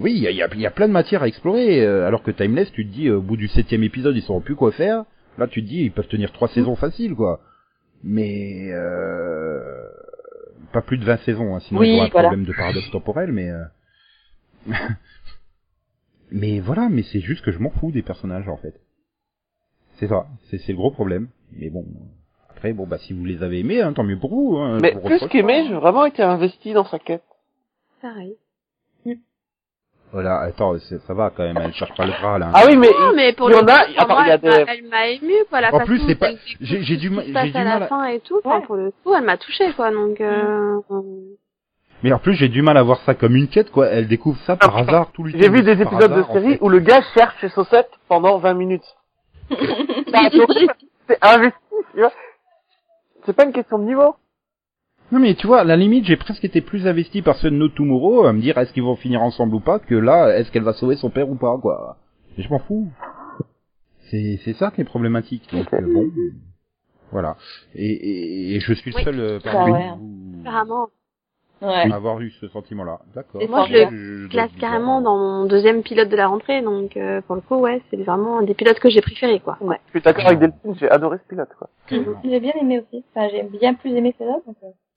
Speaker 1: oui, il y a, il y a- il y a plein de matières à explorer. euh, alors que Timeless, tu te dis euh, au bout du septième épisode, ils sauront plus quoi faire. Là, tu te dis ils peuvent tenir trois
Speaker 5: Mm.
Speaker 1: saisons faciles, quoi. Mais euh, pas plus de 20 saisons, hein, sinon
Speaker 5: Oui,
Speaker 1: il y aura un
Speaker 5: voilà.
Speaker 1: problème de paradoxe temporel. Mais euh, mais voilà, mais c'est juste que je m'en fous des personnages en fait. C'est ça, c'est c'est le gros problème. Mais bon, après, bon, bah, si vous les avez aimés, hein, tant mieux pour vous. hein,
Speaker 4: Mais
Speaker 1: je vous
Speaker 4: plus
Speaker 1: reproche
Speaker 4: qu'aimé,
Speaker 1: pas.
Speaker 4: j'ai vraiment été investi dans sa quête.
Speaker 2: Pareil.
Speaker 1: Voilà, attends, c'est- ça va quand même, elle cherche pas le hein. bras, là.
Speaker 4: Ah oui, mais
Speaker 2: Non, mais pour
Speaker 4: Il y
Speaker 2: le
Speaker 4: en a-
Speaker 2: coup,
Speaker 4: attends,
Speaker 2: moi,
Speaker 4: il y a
Speaker 2: elle m'a-
Speaker 4: des-
Speaker 2: elle m'a ému quoi. La
Speaker 1: En
Speaker 2: façon
Speaker 1: plus, c'est
Speaker 2: dont
Speaker 1: pas-
Speaker 2: elle découvre
Speaker 1: j'ai- j'ai du
Speaker 2: ce qui
Speaker 1: mal-
Speaker 2: se
Speaker 1: j'ai
Speaker 2: passe
Speaker 1: du
Speaker 2: à
Speaker 1: mal à-
Speaker 2: la fin et tout. Enfin,
Speaker 5: Ouais.
Speaker 2: pour le coup, elle m'a touchée quoi. Donc euh...
Speaker 1: Mais en plus, j'ai du mal à voir ça comme une quête, quoi. Elle découvre ça par
Speaker 4: Ah,
Speaker 1: hasard tout le
Speaker 4: j'ai
Speaker 1: temps,
Speaker 4: vu des
Speaker 1: par
Speaker 4: épisodes de
Speaker 1: hasard, en
Speaker 4: série
Speaker 1: fait.
Speaker 4: où le gars cherche ses chaussettes pendant 20 minutes. Bah, donc, c'est investi, tu vois. C'est pas une question de niveau.
Speaker 1: Non, mais tu vois, à la limite, j'ai presque été plus investi par ce No Tomorrow à me dire est-ce qu'ils vont finir ensemble ou pas que là, est-ce qu'elle va sauver son père ou pas, quoi. Mais je m'en fous. C'est c'est ça qui est problématique. Donc, euh, bon. Voilà. Et, et, et je suis le
Speaker 2: Oui.
Speaker 1: seul euh,
Speaker 5: Bah
Speaker 1: parmi
Speaker 5: ouais.
Speaker 1: vous
Speaker 2: apparemment,
Speaker 5: Ouais.
Speaker 1: à avoir eu ce sentiment-là. D'accord.
Speaker 5: Et moi, je
Speaker 2: le
Speaker 1: je
Speaker 2: classe
Speaker 1: dois-
Speaker 2: carrément dans mon deuxième pilote de la rentrée. Donc euh, pour le coup, ouais, c'est vraiment un des pilotes que j'ai préféré quoi. Ouais.
Speaker 4: Je suis d'accord avec Delphine, j'ai adoré ce pilote, quoi.
Speaker 1: Carrément.
Speaker 5: J'ai bien aimé aussi. Enfin, j'ai bien plus aimé celle-là. donc, euh,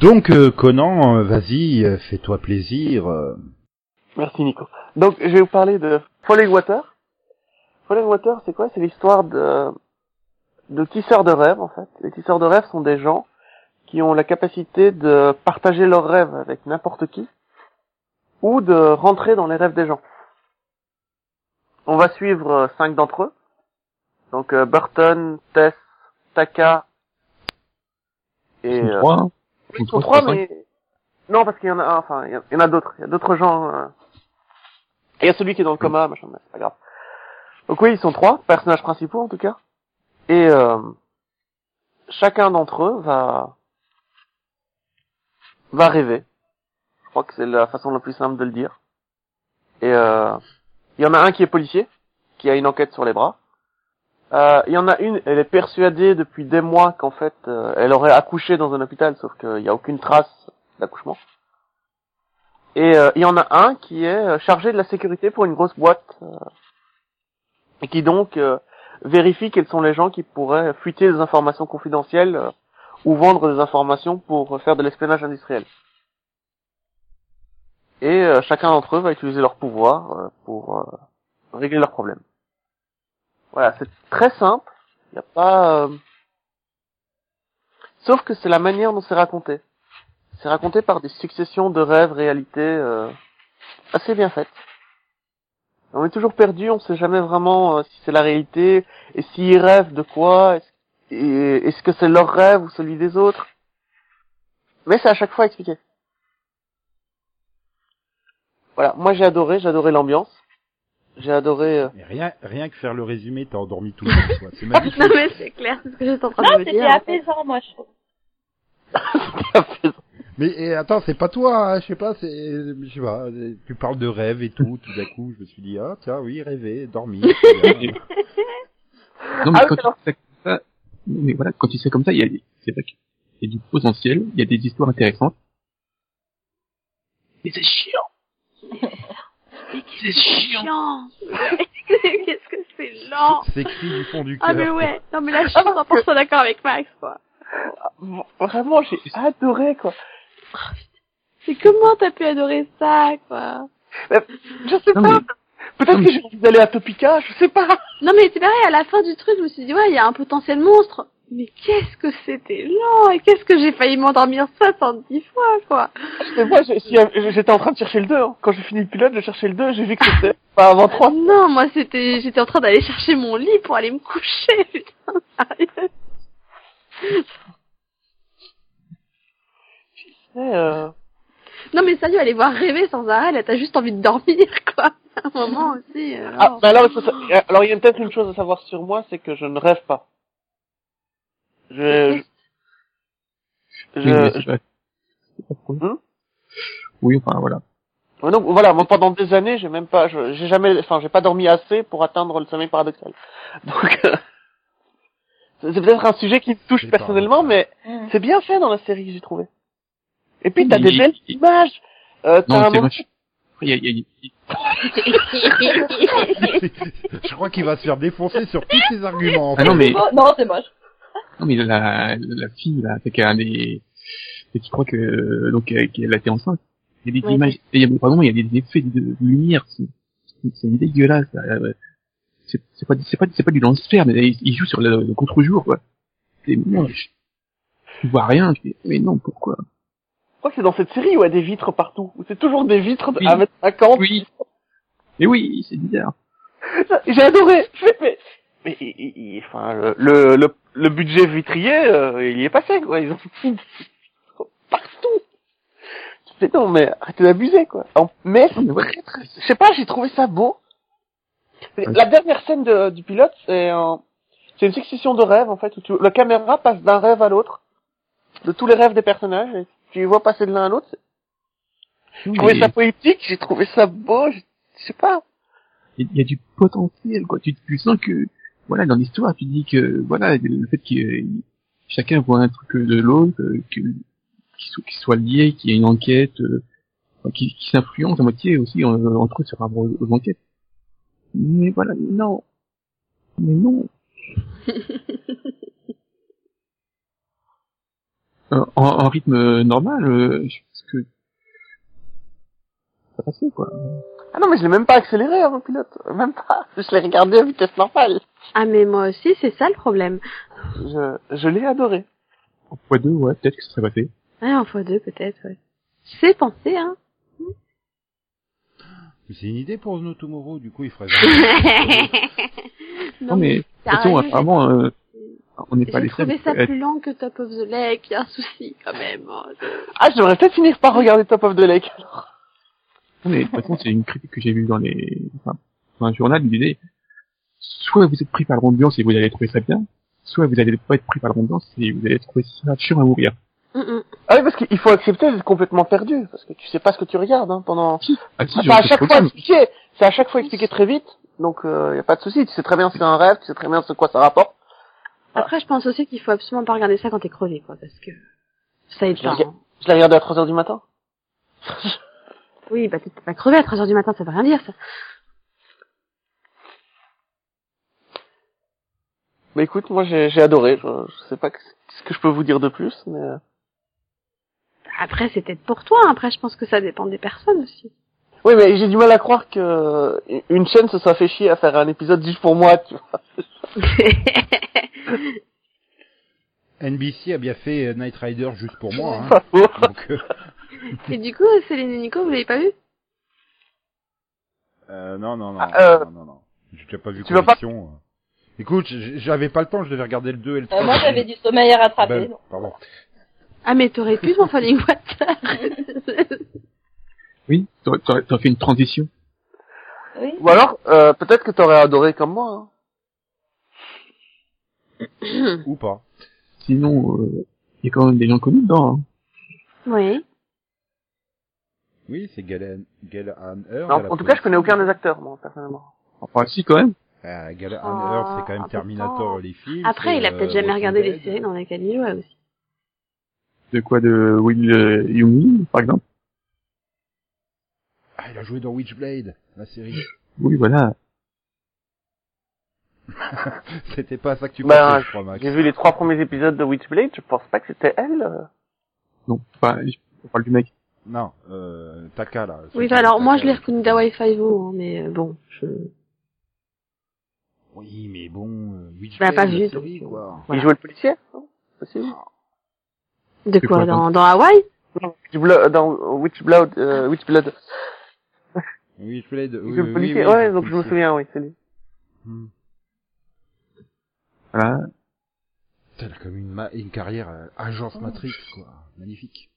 Speaker 1: Donc euh, Conan, euh, vas-y, euh, fais-toi plaisir. euh.
Speaker 4: Merci Nico. Donc je vais vous parler de Falling Water. Falling Water, c'est quoi C'est l'histoire de de tisseurs de rêves en fait. Les tisseurs de rêves sont des gens qui ont la capacité de partager leurs rêves avec n'importe qui ou de rentrer dans les rêves des gens. On va suivre euh, cinq d'entre eux. Donc euh, Burton, Tess, Taka
Speaker 3: Ils
Speaker 4: et
Speaker 3: sont trois,
Speaker 4: euh,
Speaker 3: hein.
Speaker 4: oui,
Speaker 3: Ils
Speaker 4: ils sont
Speaker 3: sont
Speaker 4: trois,
Speaker 3: cinq.
Speaker 4: mais non parce qu'il y en a, ah, enfin, il y en- il y en a d'autres. Il y a d'autres gens. euh. Et Il y a celui qui est dans le coma, machin, mais c'est pas grave. Donc oui, ils sont trois personnages principaux en tout cas, et euh, chacun d'entre eux va va rêver. Je crois que c'est la façon la plus simple de le dire. Et euh, il y en a un qui est policier, qui a une enquête sur les bras. Euh, Il y en a une, elle est persuadée depuis des mois qu'en fait, euh, elle aurait accouché dans un hôpital, sauf qu'il n'y a aucune trace d'accouchement. Et euh, il y en a un qui est euh, chargé de la sécurité pour une grosse boîte, euh, et qui donc euh, vérifie quels sont les gens qui pourraient fuiter des informations confidentielles euh, ou vendre des informations pour euh, faire de l'espionnage industriel. Et euh, chacun d'entre eux va utiliser leur pouvoir euh, pour euh, régler leurs problèmes. Voilà, c'est très simple. Il a pas. euh, Sauf que c'est la manière dont c'est raconté. C'est raconté par des successions de rêves, réalités euh, assez bien faites. On est toujours perdu, on sait jamais vraiment euh, si c'est la réalité et s'ils rêvent de quoi, est-ce et- est-ce que c'est leur rêve ou celui des autres. Mais c'est à chaque fois expliqué. Voilà, moi j'ai adoré, j'ai adoré l'ambiance, j'ai adoré. euh,
Speaker 1: Mais Rien, rien que faire le résumé, t'as endormi tout le monde. quoi. C'est magnifique.
Speaker 2: non mais c'est clair, c'est ce que j'étais en train
Speaker 5: Non,
Speaker 2: de me
Speaker 5: c'était
Speaker 2: dire.
Speaker 5: apaisant, moi, je trouve.
Speaker 1: Mais et attends, c'est pas toi, hein, je sais pas, c'est, je sais pas, euh, tu parles de rêve et tout, tout d'un coup, je me suis dit, ah tiens, oui, rêver, dormir. c'est bien.
Speaker 3: Non, mais
Speaker 4: Ah oui,
Speaker 3: quand
Speaker 4: alors-
Speaker 3: tu fais comme ça, mais voilà, quand tu fais comme ça, il y a, c'est vrai qu'il y a du potentiel, il y a des histoires intéressantes. Mais c'est chiant. c'est chiant.
Speaker 2: Chiant. Qu'est-ce que c'est lent.
Speaker 1: c'est cri du fond du cœur.
Speaker 2: Ah mais ouais. Non mais là je suis 100% d'accord avec Max quoi.
Speaker 4: Vraiment, j'ai adoré, quoi.
Speaker 2: Mais comment t'as pu adorer ça, quoi
Speaker 4: Je sais
Speaker 3: Non,
Speaker 4: pas.
Speaker 3: mais-
Speaker 4: Peut-être que j'ai envie d'aller à Topika, je sais pas.
Speaker 2: Non mais c'est pareil, à la fin du truc, je me suis dit, ouais, il y a un potentiel monstre. Mais qu'est-ce que c'était lent et qu'est-ce que j'ai failli m'endormir 70 fois, quoi.
Speaker 4: Mais moi, j'ai- si, euh, j'étais en train de chercher le 2. hein. Quand j'ai fini le pilote, je cherchais le 2, j'ai vu que c'était pas avant 3.
Speaker 2: Oh Non, moi c'était, j'étais en train d'aller chercher mon lit pour aller me coucher, putain, sérieux.
Speaker 4: Euh...
Speaker 2: Non mais sérieux, aller voir rêver sans arrêt, là t'as juste envie de dormir, quoi. À un moment aussi. euh,
Speaker 4: Ah,
Speaker 2: non.
Speaker 3: bah.
Speaker 4: mais alors, il faut sa- alors, il y a peut-être une chose à savoir sur moi, c'est que je ne rêve pas. Je, je,
Speaker 3: Oui, mais c'est
Speaker 4: je-
Speaker 3: pas- c'est pas pour-
Speaker 4: Hein
Speaker 3: Oui, enfin voilà.
Speaker 4: Ouais, donc voilà, moi pendant des années, j'ai même pas, je- j'ai jamais, enfin, j'ai pas dormi assez pour atteindre le sommeil paradoxal. Donc, euh, c'est c'est peut-être un sujet qui me touche
Speaker 1: C'est
Speaker 4: personnellement, mais
Speaker 5: Mm.
Speaker 4: c'est bien fait dans la série, j'ai trouvé. Et puis, t'as
Speaker 3: Oui,
Speaker 4: des
Speaker 3: il-
Speaker 4: belles
Speaker 3: il-
Speaker 4: images. Euh, t'as
Speaker 3: Non,
Speaker 4: un
Speaker 3: c'est
Speaker 4: moment-
Speaker 3: moche. Après, il y a- il y a- il-
Speaker 1: Je crois qu'il va se faire défoncer sur tous ses arguments. en
Speaker 3: Ah non,
Speaker 1: fait.
Speaker 3: mais,
Speaker 5: Oh, non, c'est moche.
Speaker 3: non, mais la, la fille, là, c'est qu'elle des, c'est qui croit que, euh, donc, euh, qu'elle a été enceinte. Il y a des
Speaker 2: Ouais.
Speaker 3: images, et il y a, pardon, il y a des effets de, de lumière, c'est, c'est- c'est dégueulasse, là, euh, C'est, c'est pas, c'est pas, c'est pas du lance-fer, mais il, il joue sur le, le contre-jour, quoi. C'est moche. Tu vois rien, tu fais, mais non, pourquoi?
Speaker 4: Je crois que c'est dans cette série où il y a des vitres partout. où C'est toujours des vitres
Speaker 3: Oui.
Speaker 4: à mettre à camp.
Speaker 3: Oui. Mais oui, c'est bizarre.
Speaker 4: J'ai adoré. Je fais, mais, mais il- il- il- enfin, le, le, le, le budget vitrier, euh, il y est passé, quoi. Ils ont mis des vitres partout. Je fais, non, mais arrêtez d'abuser, quoi. En- Mais,
Speaker 3: Non, mais ouais.
Speaker 4: très, très- je sais pas, j'ai trouvé ça beau.
Speaker 3: Ouais.
Speaker 4: La dernière scène de- du pilote, c'est un- c'est une succession de rêves, en fait, où tu- la caméra passe d'un rêve à l'autre, de tous les rêves des personnages, et tu les vois passer de l'un à l'autre. J'ai trouvé
Speaker 3: Mais-
Speaker 4: ça poétique, j'ai trouvé ça beau, je, je sais pas.
Speaker 3: il y a du potentiel quoi tu, tu sens que voilà dans l'histoire tu dis que voilà le fait que euh, chacun voit un truc de l'autre euh, que qu'ils soient, qu'ils soient liés qu'il y ait une enquête euh, enfin, qu'ils qui s'influencent à moitié aussi en- entre eux sur rapport aux, aux enquêtes mais voilà non mais non Euh, en, en rythme euh, normal euh, je pense que ça passait quoi
Speaker 4: Ah non, mais je l'ai même pas accéléré avant le pilote. Même pas. Je l'ai regardé à vitesse normale.
Speaker 2: Ah mais moi aussi, c'est ça le problème.
Speaker 4: Je, je l'ai adoré.
Speaker 3: en fois deux ouais peut-être que ça serait passé
Speaker 2: Ouais, en fois deux peut-être, ouais. C'est pensé, hein.
Speaker 1: Mais C'est une idée pour Zno Tomorrow, du coup, il ferait
Speaker 3: Non, mais de toute façon,
Speaker 2: sérieux,
Speaker 3: apparemment, euh, on n'est pas
Speaker 2: J'ai
Speaker 3: les
Speaker 2: trouvé
Speaker 3: seuls.
Speaker 2: ça
Speaker 3: Euh,
Speaker 2: plus lent que Top of the Lake, il y a un souci quand même. hein.
Speaker 4: Ah, je devrais peut-être finir par regarder Top of the Lake.
Speaker 3: mais de toute façon, c'est une critique que j'ai vue dans les, enfin, dans un journal, il disait, soit vous êtes pris par l'ambiance et vous allez trouver ça bien, soit vous allez pas être pris par l'ambiance et vous allez trouver ça chiant à mourir.
Speaker 2: Mm, mm.
Speaker 4: Ah oui, parce qu'il faut accepter d'être complètement perdu. Parce que tu sais pas ce que tu regardes, hein, pendant...
Speaker 3: Ah si, je-
Speaker 4: Ah, c'est à
Speaker 3: je
Speaker 4: chaque fois
Speaker 3: programme.
Speaker 4: expliqué. C'est à chaque fois expliqué très vite. Donc, euh, y a pas de souci. Tu sais très bien si c'est un rêve, tu sais très bien ce quoi ça rapporte.
Speaker 2: Après, je pense aussi qu'il faut absolument pas regarder ça quand t'es crevé, quoi, parce que ça aide
Speaker 4: Je
Speaker 2: pas.
Speaker 4: l'ai-
Speaker 2: hein.
Speaker 4: Je l'ai regardé à 3 heures du matin.
Speaker 2: Oui, bah t'es pas crevé à 3h du matin, ça veut rien dire, ça.
Speaker 4: Mais écoute, moi, j'ai j'ai adoré. Je, je sais pas que- ce que je peux vous dire de plus, mais... euh,
Speaker 2: Après, c'est peut-être pour toi, hein. après, je pense que ça dépend des personnes aussi.
Speaker 4: Oui, mais j'ai du mal à croire que euh, une chaîne se soit fait chier à faire un épisode juste pour moi, tu vois.
Speaker 1: NBC a bien fait euh, Knight Rider juste pour moi.
Speaker 4: Pas
Speaker 1: Hein.
Speaker 4: faux.
Speaker 1: Donc, euh,
Speaker 2: et du coup, Céline et Nico, vous l'avez pas vu
Speaker 1: euh, non, non, non,
Speaker 4: Ah, euh,
Speaker 1: non, non, non. J'ai déjà pas vu
Speaker 4: tu vas pas-
Speaker 1: Conviction, euh. Écoute, j- j'avais pas le temps, je devais regarder le 2 et le 3.
Speaker 5: Euh, moi, j'avais du sommeil à rattraper.
Speaker 1: Ben, pardon.
Speaker 2: Ah, mais t'aurais pu ton Falling Water
Speaker 3: Oui, t'aurais- t'aurais t'aurais fait une transition.
Speaker 5: Oui.
Speaker 4: Ou alors, euh, peut-être que t'aurais adoré comme moi. hein.
Speaker 1: Ou pas.
Speaker 3: Sinon, euh, il y a quand même des gens connus dedans. hein.
Speaker 2: Oui.
Speaker 1: Oui, c'est Galen, Galen Hur.
Speaker 4: Non, en tout cas, je connais aucun des acteurs, moi, personnellement.
Speaker 3: Enfin, si, quand même.
Speaker 1: Ah, Galen
Speaker 2: Ah,
Speaker 1: Hur, c'est quand
Speaker 2: en
Speaker 1: même
Speaker 2: même temps.
Speaker 1: Terminator, les films.
Speaker 2: Après,
Speaker 1: c'est,
Speaker 2: il a
Speaker 1: euh,
Speaker 2: peut-être jamais
Speaker 1: Walking
Speaker 2: regardé les
Speaker 1: Dead.
Speaker 2: séries dans lesquelles il jouait aussi.
Speaker 3: De quoi de Will euh, Young, par exemple.
Speaker 1: Ah, il a joué dans Witchblade, la série.
Speaker 3: Oui, voilà.
Speaker 1: C'était pas à ça que tu
Speaker 4: Ben,
Speaker 1: pensais, je crois, Max.
Speaker 4: J'ai vu les trois premiers épisodes de Witchblade, je pense pas que c'était elle. euh.
Speaker 3: Non, enfin, je on parle du mec.
Speaker 1: Non, euh, Taka, là.
Speaker 2: Oui,
Speaker 1: c'est-
Speaker 2: bah, alors moi je
Speaker 1: Taka.
Speaker 2: l'ai reconnu d'Hawaii Five-O, hein, mais euh, bon, je...
Speaker 1: Oui, mais bon, euh,
Speaker 2: l'ai
Speaker 1: Witchblade,
Speaker 2: pas
Speaker 1: la
Speaker 2: vu,
Speaker 1: série,
Speaker 2: donc,
Speaker 1: quoi.
Speaker 4: Il jouait le policier, non Possible.
Speaker 2: de
Speaker 3: C'est
Speaker 2: quoi
Speaker 3: quoi,
Speaker 2: dans, dans Hawaii
Speaker 4: Witchblo- euh, dans Witchblood, euh, Witchblood.
Speaker 1: Witchblade,
Speaker 4: Il
Speaker 1: oui,
Speaker 4: joue
Speaker 1: oui,
Speaker 4: le policier,
Speaker 1: oui,
Speaker 4: ouais,
Speaker 1: oui,
Speaker 4: donc je me
Speaker 1: c'est-
Speaker 4: souviens, oui, c'est lui.
Speaker 3: Voilà.
Speaker 1: Putain, elle a comme une, ma- une carrière euh, agence
Speaker 4: Oh,
Speaker 1: Matrix, quoi. Magnifique.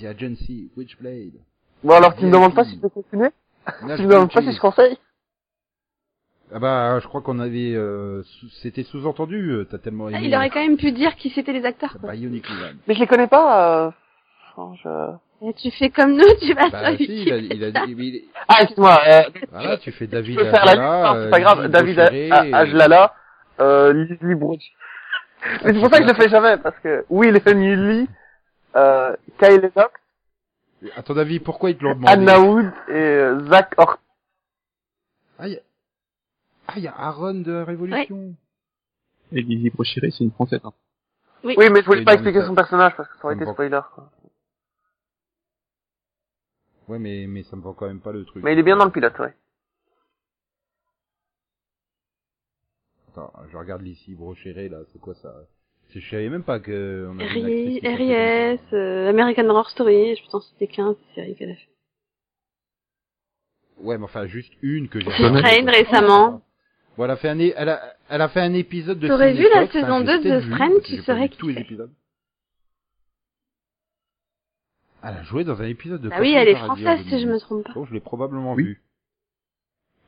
Speaker 1: The Agency, Witchblade.
Speaker 4: Bon, alors tu me
Speaker 1: Bien
Speaker 4: demandes pas
Speaker 1: dit.
Speaker 4: si je peux continuer
Speaker 1: Nash
Speaker 4: Tu me demandes pas
Speaker 1: Bridges.
Speaker 4: si je conseille
Speaker 1: Ah bah, je crois qu'on avait... euh, sous- C'était sous-entendu, euh, t'as
Speaker 4: Ah,
Speaker 1: tellement aimé...
Speaker 2: Ah, Il aurait quand même pu dire qui c'était les acteurs, quoi.
Speaker 1: Bionic Man.
Speaker 4: Mais je les connais pas, euh... enfin, je-
Speaker 2: Et Eh, tu fais comme nous, tu vas
Speaker 1: Bah
Speaker 2: sur
Speaker 1: si,
Speaker 2: YouTube.
Speaker 1: il a, il a dit... mais il-
Speaker 4: Ah, excuse-moi, euh,
Speaker 1: Voilà, tu fais
Speaker 4: je
Speaker 1: David
Speaker 4: peux faire la liste,
Speaker 1: Ajala,
Speaker 4: hein, c'est pas
Speaker 1: euh,
Speaker 4: grave,
Speaker 1: Lily
Speaker 4: David
Speaker 1: Boucheré,
Speaker 4: A- A-
Speaker 1: et-
Speaker 4: Ajlala, euh, Lily Broach. Mais c'est pour ça que je le fais jamais, parce que, oui, les Lily, euh, Kyle Enoch,
Speaker 1: À ton avis, euh, pourquoi ils te l'ont demandé
Speaker 4: Anna Wood et euh, Zach Hort.
Speaker 1: Ah, il y a- ah, il y a Aaron de la Révolution.
Speaker 3: Et Lizzie Brochiré, c'est une française. hein.
Speaker 4: Oui, mais je voulais
Speaker 1: Oui,
Speaker 4: pas
Speaker 1: non,
Speaker 4: expliquer
Speaker 1: mais ça-
Speaker 4: son personnage, parce que ça aurait été
Speaker 1: Bon.
Speaker 4: spoiler, quoi.
Speaker 1: Ouais, mais, mais ça me vend quand même pas le truc.
Speaker 4: Mais il est bien dans le pilote, ouais.
Speaker 1: Attends, je regarde Lizzie Brochéré, là, c'est quoi ça Je savais même pas que... on avait une actrice
Speaker 2: RIS,
Speaker 1: qui s'appelait comme ça.
Speaker 2: euh, American Horror Story, je pense que c'était 15 séries qu'elle a fait.
Speaker 1: Ouais, mais enfin, juste une que j'ai
Speaker 2: Qui
Speaker 1: regardée,
Speaker 2: traîne
Speaker 1: quoi.
Speaker 2: récemment.
Speaker 1: Bon, elle a fait un, é- elle a, elle a fait un épisode de
Speaker 2: T'aurais vu la
Speaker 1: Cinécote, enfin,
Speaker 2: saison
Speaker 1: j'ai
Speaker 2: 2 de
Speaker 1: peut-être
Speaker 2: The
Speaker 1: vu,
Speaker 2: Friend,
Speaker 1: parce que
Speaker 2: tu
Speaker 1: j'ai pas
Speaker 2: saurais
Speaker 1: vu
Speaker 2: qui
Speaker 1: tous les
Speaker 2: c'est.
Speaker 1: épisodes. Elle a joué dans un épisode de
Speaker 2: Bah oui,
Speaker 1: Cauchemar
Speaker 2: elle est
Speaker 1: paradis en
Speaker 2: française si je
Speaker 1: 2000.
Speaker 2: me trompe pas.
Speaker 1: Bon, je l'ai probablement
Speaker 3: Oui.
Speaker 1: vu.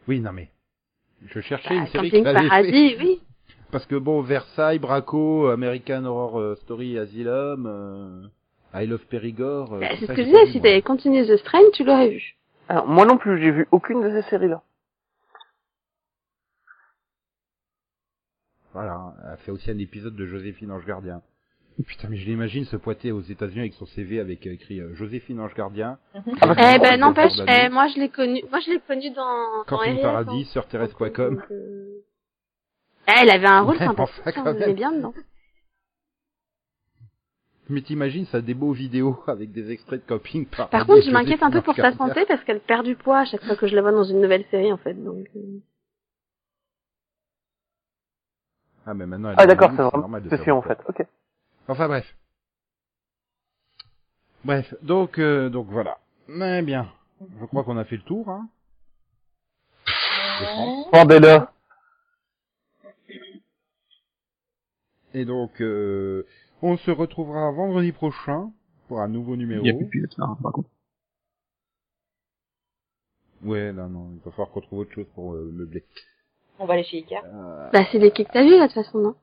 Speaker 1: Oui, non mais... Je cherchais
Speaker 2: Bah,
Speaker 1: une série
Speaker 2: Camping
Speaker 1: qu'elle avait fait.
Speaker 2: Paradis, oui.
Speaker 1: Parce que bon, Versailles, Braco, American Horror euh, Story, Asylum, euh, I Love Périgord... euh,
Speaker 2: Bah,
Speaker 1: tout
Speaker 2: c'est ce
Speaker 1: ça,
Speaker 2: que je
Speaker 1: j'ai pas
Speaker 2: disais,
Speaker 1: vu,
Speaker 2: si
Speaker 1: moi.
Speaker 2: t'avais continué The Strain, tu l'aurais vu.
Speaker 4: Alors, moi non plus, j'ai vu aucune de ces séries-là.
Speaker 1: Voilà, elle a fait aussi un épisode de Joséphine Ange Gardien. Putain, mais je l'imagine se pointer aux États-Unis avec son CV avec euh, écrit euh, Joséphine Ange Gardien.
Speaker 4: Ah, bah,
Speaker 1: Camping
Speaker 2: Eh ben
Speaker 1: Paradis,
Speaker 2: n'empêche,
Speaker 1: Camping
Speaker 2: eh,
Speaker 1: Paradis,
Speaker 2: moi je l'ai connu, moi je l'ai connu dans, dans
Speaker 1: Camping
Speaker 2: RIS,
Speaker 1: Paradis
Speaker 2: hein.
Speaker 1: sur Thérèse.com.
Speaker 2: Donc, euh, eh, elle avait un rôle
Speaker 1: Ouais,
Speaker 2: sympa,
Speaker 1: enfin, quand
Speaker 2: on
Speaker 1: même. Ah,
Speaker 2: est bien dedans.
Speaker 1: Mais t'imagines, ça a des beaux vidéos avec des extraits de Camping Paradis.
Speaker 2: Par contre, je
Speaker 1: Joséphine
Speaker 2: m'inquiète un peu
Speaker 1: Ange
Speaker 2: pour sa
Speaker 1: Gardien.
Speaker 2: santé parce qu'elle perd du poids à chaque fois que je la vois dans une nouvelle série en fait. Donc, euh,
Speaker 1: Ah, mais maintenant, elle
Speaker 4: Ah,
Speaker 1: est
Speaker 4: d'accord,
Speaker 1: en
Speaker 4: c'est
Speaker 1: ligne,
Speaker 4: vraiment
Speaker 1: normal de
Speaker 4: session,
Speaker 1: faire
Speaker 4: en fait. Ok.
Speaker 1: Enfin bref. Bref, donc euh, donc voilà. Mais bien, je crois qu'on a fait le tour. Hein. de France.
Speaker 4: Rendez-le.
Speaker 1: Et donc euh, on se retrouvera vendredi prochain pour un nouveau
Speaker 3: Il
Speaker 1: numéro.
Speaker 3: n'y a plus de pilote, là, hein, par contre.
Speaker 1: Ouais, non non, il va falloir qu'on trouve autre chose pour euh, meubler.
Speaker 5: On va aller chez Ikea.
Speaker 1: Euh.
Speaker 2: bah c'est des que t'as vu là de toute façon, non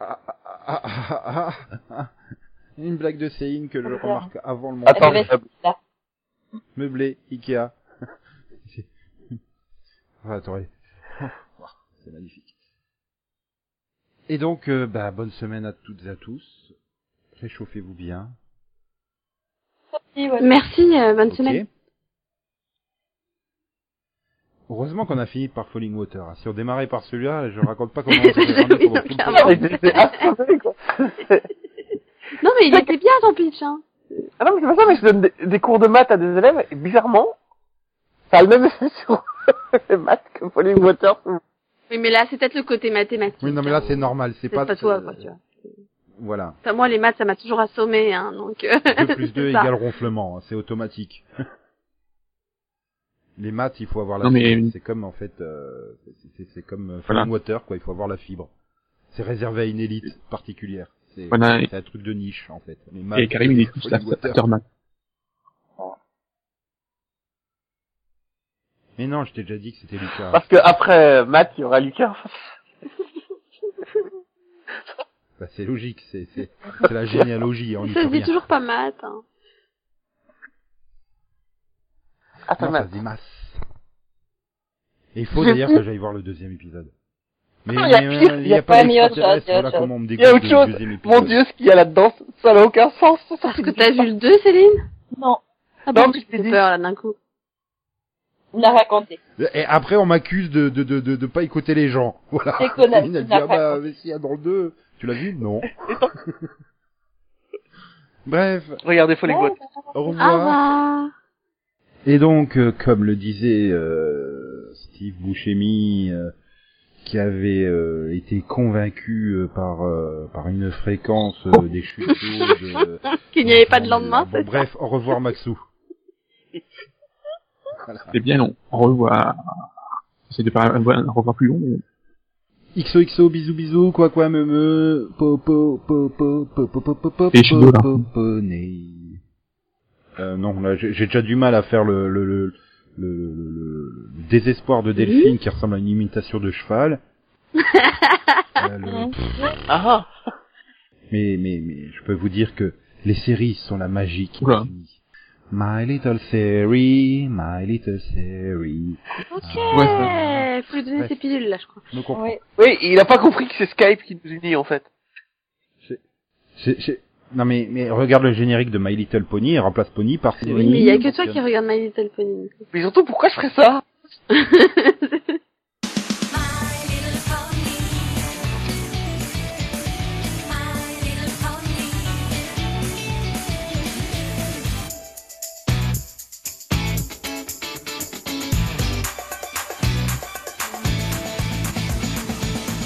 Speaker 1: Ah, ah, ah, ah, ah, ah, ah. Une blague de Céline que je
Speaker 5: Voilà.
Speaker 1: remarque avant le montage.
Speaker 4: Attends,
Speaker 5: mais-
Speaker 4: je-
Speaker 1: Meublé, Ikea. ah, attendez. Ouah, C'est magnifique. Et donc, euh, bah, bonne semaine à toutes et à tous. Réchauffez-vous bien.
Speaker 5: Si, ouais.
Speaker 2: Merci, euh, bonne
Speaker 1: ok
Speaker 2: semaine.
Speaker 1: Heureusement qu'on a fini par Falling Water. hein. Si on démarrait par celui-là, je raconte pas comment on s'est rendu
Speaker 2: Oui,
Speaker 1: pendant
Speaker 2: non,
Speaker 1: tout le
Speaker 2: clairement.
Speaker 1: podcast.
Speaker 4: J'étais assommé, quoi.
Speaker 2: Non mais il était bien ton pitch, hein.
Speaker 4: Ah non, mais c'est pas ça, mais je donne des, des cours de maths à des élèves, et bizarrement, ça a le même effet sur les maths que Falling Water.
Speaker 2: Oui mais là c'est peut-être le côté mathématique.
Speaker 1: Oui, non, mais là, c'est normal. C'est
Speaker 2: c'est pas,
Speaker 1: pas,
Speaker 2: toi quoi, tu vois.
Speaker 1: Voilà.
Speaker 2: Enfin, moi les maths ça m'a toujours assommé, hein, donc.
Speaker 1: 2 plus 2
Speaker 2: c'est ça.
Speaker 1: égale ronflement, hein, c'est automatique. Les maths, il faut avoir la
Speaker 3: Non, mais-
Speaker 1: fibre. C'est comme en fait, euh, c'est- c'est- c'est comme euh,
Speaker 3: Voilà.
Speaker 1: Falling Water, quoi. Il faut avoir la fibre. C'est réservé à une élite particulière. C'est
Speaker 3: Voilà, et-
Speaker 1: c'est un truc de niche en fait. Les maths,
Speaker 3: Et Karim, il est plus
Speaker 1: Falling Water.
Speaker 3: l'afterman.
Speaker 1: Mais non, je t'ai déjà dit que c'était Lucas.
Speaker 3: Ah.
Speaker 4: Parce que après maths, il y aura Lucas.
Speaker 1: Bah, c'est logique, c'est c'est c'est la généalogie. hein, On y
Speaker 2: Ça
Speaker 1: peut
Speaker 2: se dit
Speaker 1: rien.
Speaker 2: toujours pas maths. Hein.
Speaker 4: Après
Speaker 1: Non, Ah, ça
Speaker 4: maths.
Speaker 1: se dit masse. Et il faut
Speaker 4: J'ai
Speaker 1: d'ailleurs
Speaker 4: plus-
Speaker 1: que j'aille voir le deuxième épisode. Mais
Speaker 4: Non, il y a pire,
Speaker 1: mais,
Speaker 5: il y a pas mis autre chose,
Speaker 1: d'extraterrestre,
Speaker 5: il y
Speaker 1: voilà
Speaker 5: a autre chose.
Speaker 1: comment on me
Speaker 4: y a autre
Speaker 1: dégoûte le
Speaker 4: chose.
Speaker 1: deuxième épisode.
Speaker 4: Mon dieu, ce qu'il y a là-dedans, ça n'a aucun sens.
Speaker 2: Parce que t'as vu le 2, Céline
Speaker 5: Non.
Speaker 2: Ah bon,
Speaker 4: Non, mais
Speaker 2: tu
Speaker 4: je
Speaker 2: fais
Speaker 4: t'ai dit.
Speaker 2: peur là d'un coup.
Speaker 5: Il l'a raconté.
Speaker 1: Et après, on m'accuse de, de, de, de, de pas écouter les gens. Voilà.
Speaker 5: C'est connasse,
Speaker 1: Il a
Speaker 5: il
Speaker 1: dit,
Speaker 5: n'a
Speaker 1: ah
Speaker 5: pas
Speaker 1: bah, mais s'il y a dans le 2, tu l'as vu? Non. Bref,
Speaker 4: Regardez, faut les boîtes.
Speaker 1: au revoir.
Speaker 2: Au revoir.
Speaker 1: Et donc, euh, comme le disait euh, Steve Buscemi, euh, qui avait euh, été convaincu euh, par euh, par une fréquence euh, des chutes chaudes, euh,
Speaker 2: Qu'il n'y avait pas de lendemain,
Speaker 1: Bon,
Speaker 2: c'est ça
Speaker 1: bref, au revoir Maxou.
Speaker 3: C'est bien long. Au revoir. C'est de pas un revoir plus long. mais-
Speaker 1: XOXO, bisous bisous, quoi quoi me me, po po po po po po po po po
Speaker 3: Et je suis beau, là.
Speaker 1: po po né. Euh, non, là, j'ai j'ai déjà du mal à faire le, le, le, le, le- le- le désespoir de Delphine qui ressemble à une imitation de cheval. Euh,
Speaker 5: Mm.
Speaker 1: le-
Speaker 4: Ah
Speaker 1: mais, mais, mais je peux vous dire que les séries sont la magie qui
Speaker 3: Oula.
Speaker 1: finit. My little series, my little series.
Speaker 2: Ok. Faut lui donner
Speaker 1: Ouais.
Speaker 2: ses pilules, là, je crois.
Speaker 1: Me comprends.
Speaker 5: Oui.
Speaker 4: Oui, il a pas compris que c'est Skype qui nous unit, en fait.
Speaker 1: C'est- c'est- Non mais, mais regarde le générique de My Little Pony et remplace Pony par série.
Speaker 2: Oui, mais il y a que toi qui regarde My Little Pony.
Speaker 4: Mais surtout, pourquoi je ferais ça
Speaker 7: My little pony. My little pony.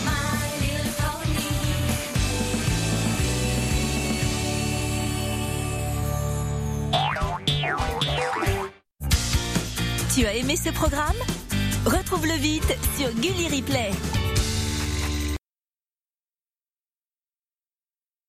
Speaker 7: My little pony.
Speaker 8: Tu as aimé ce programme Retrouve-le vite sur Gulli Replay.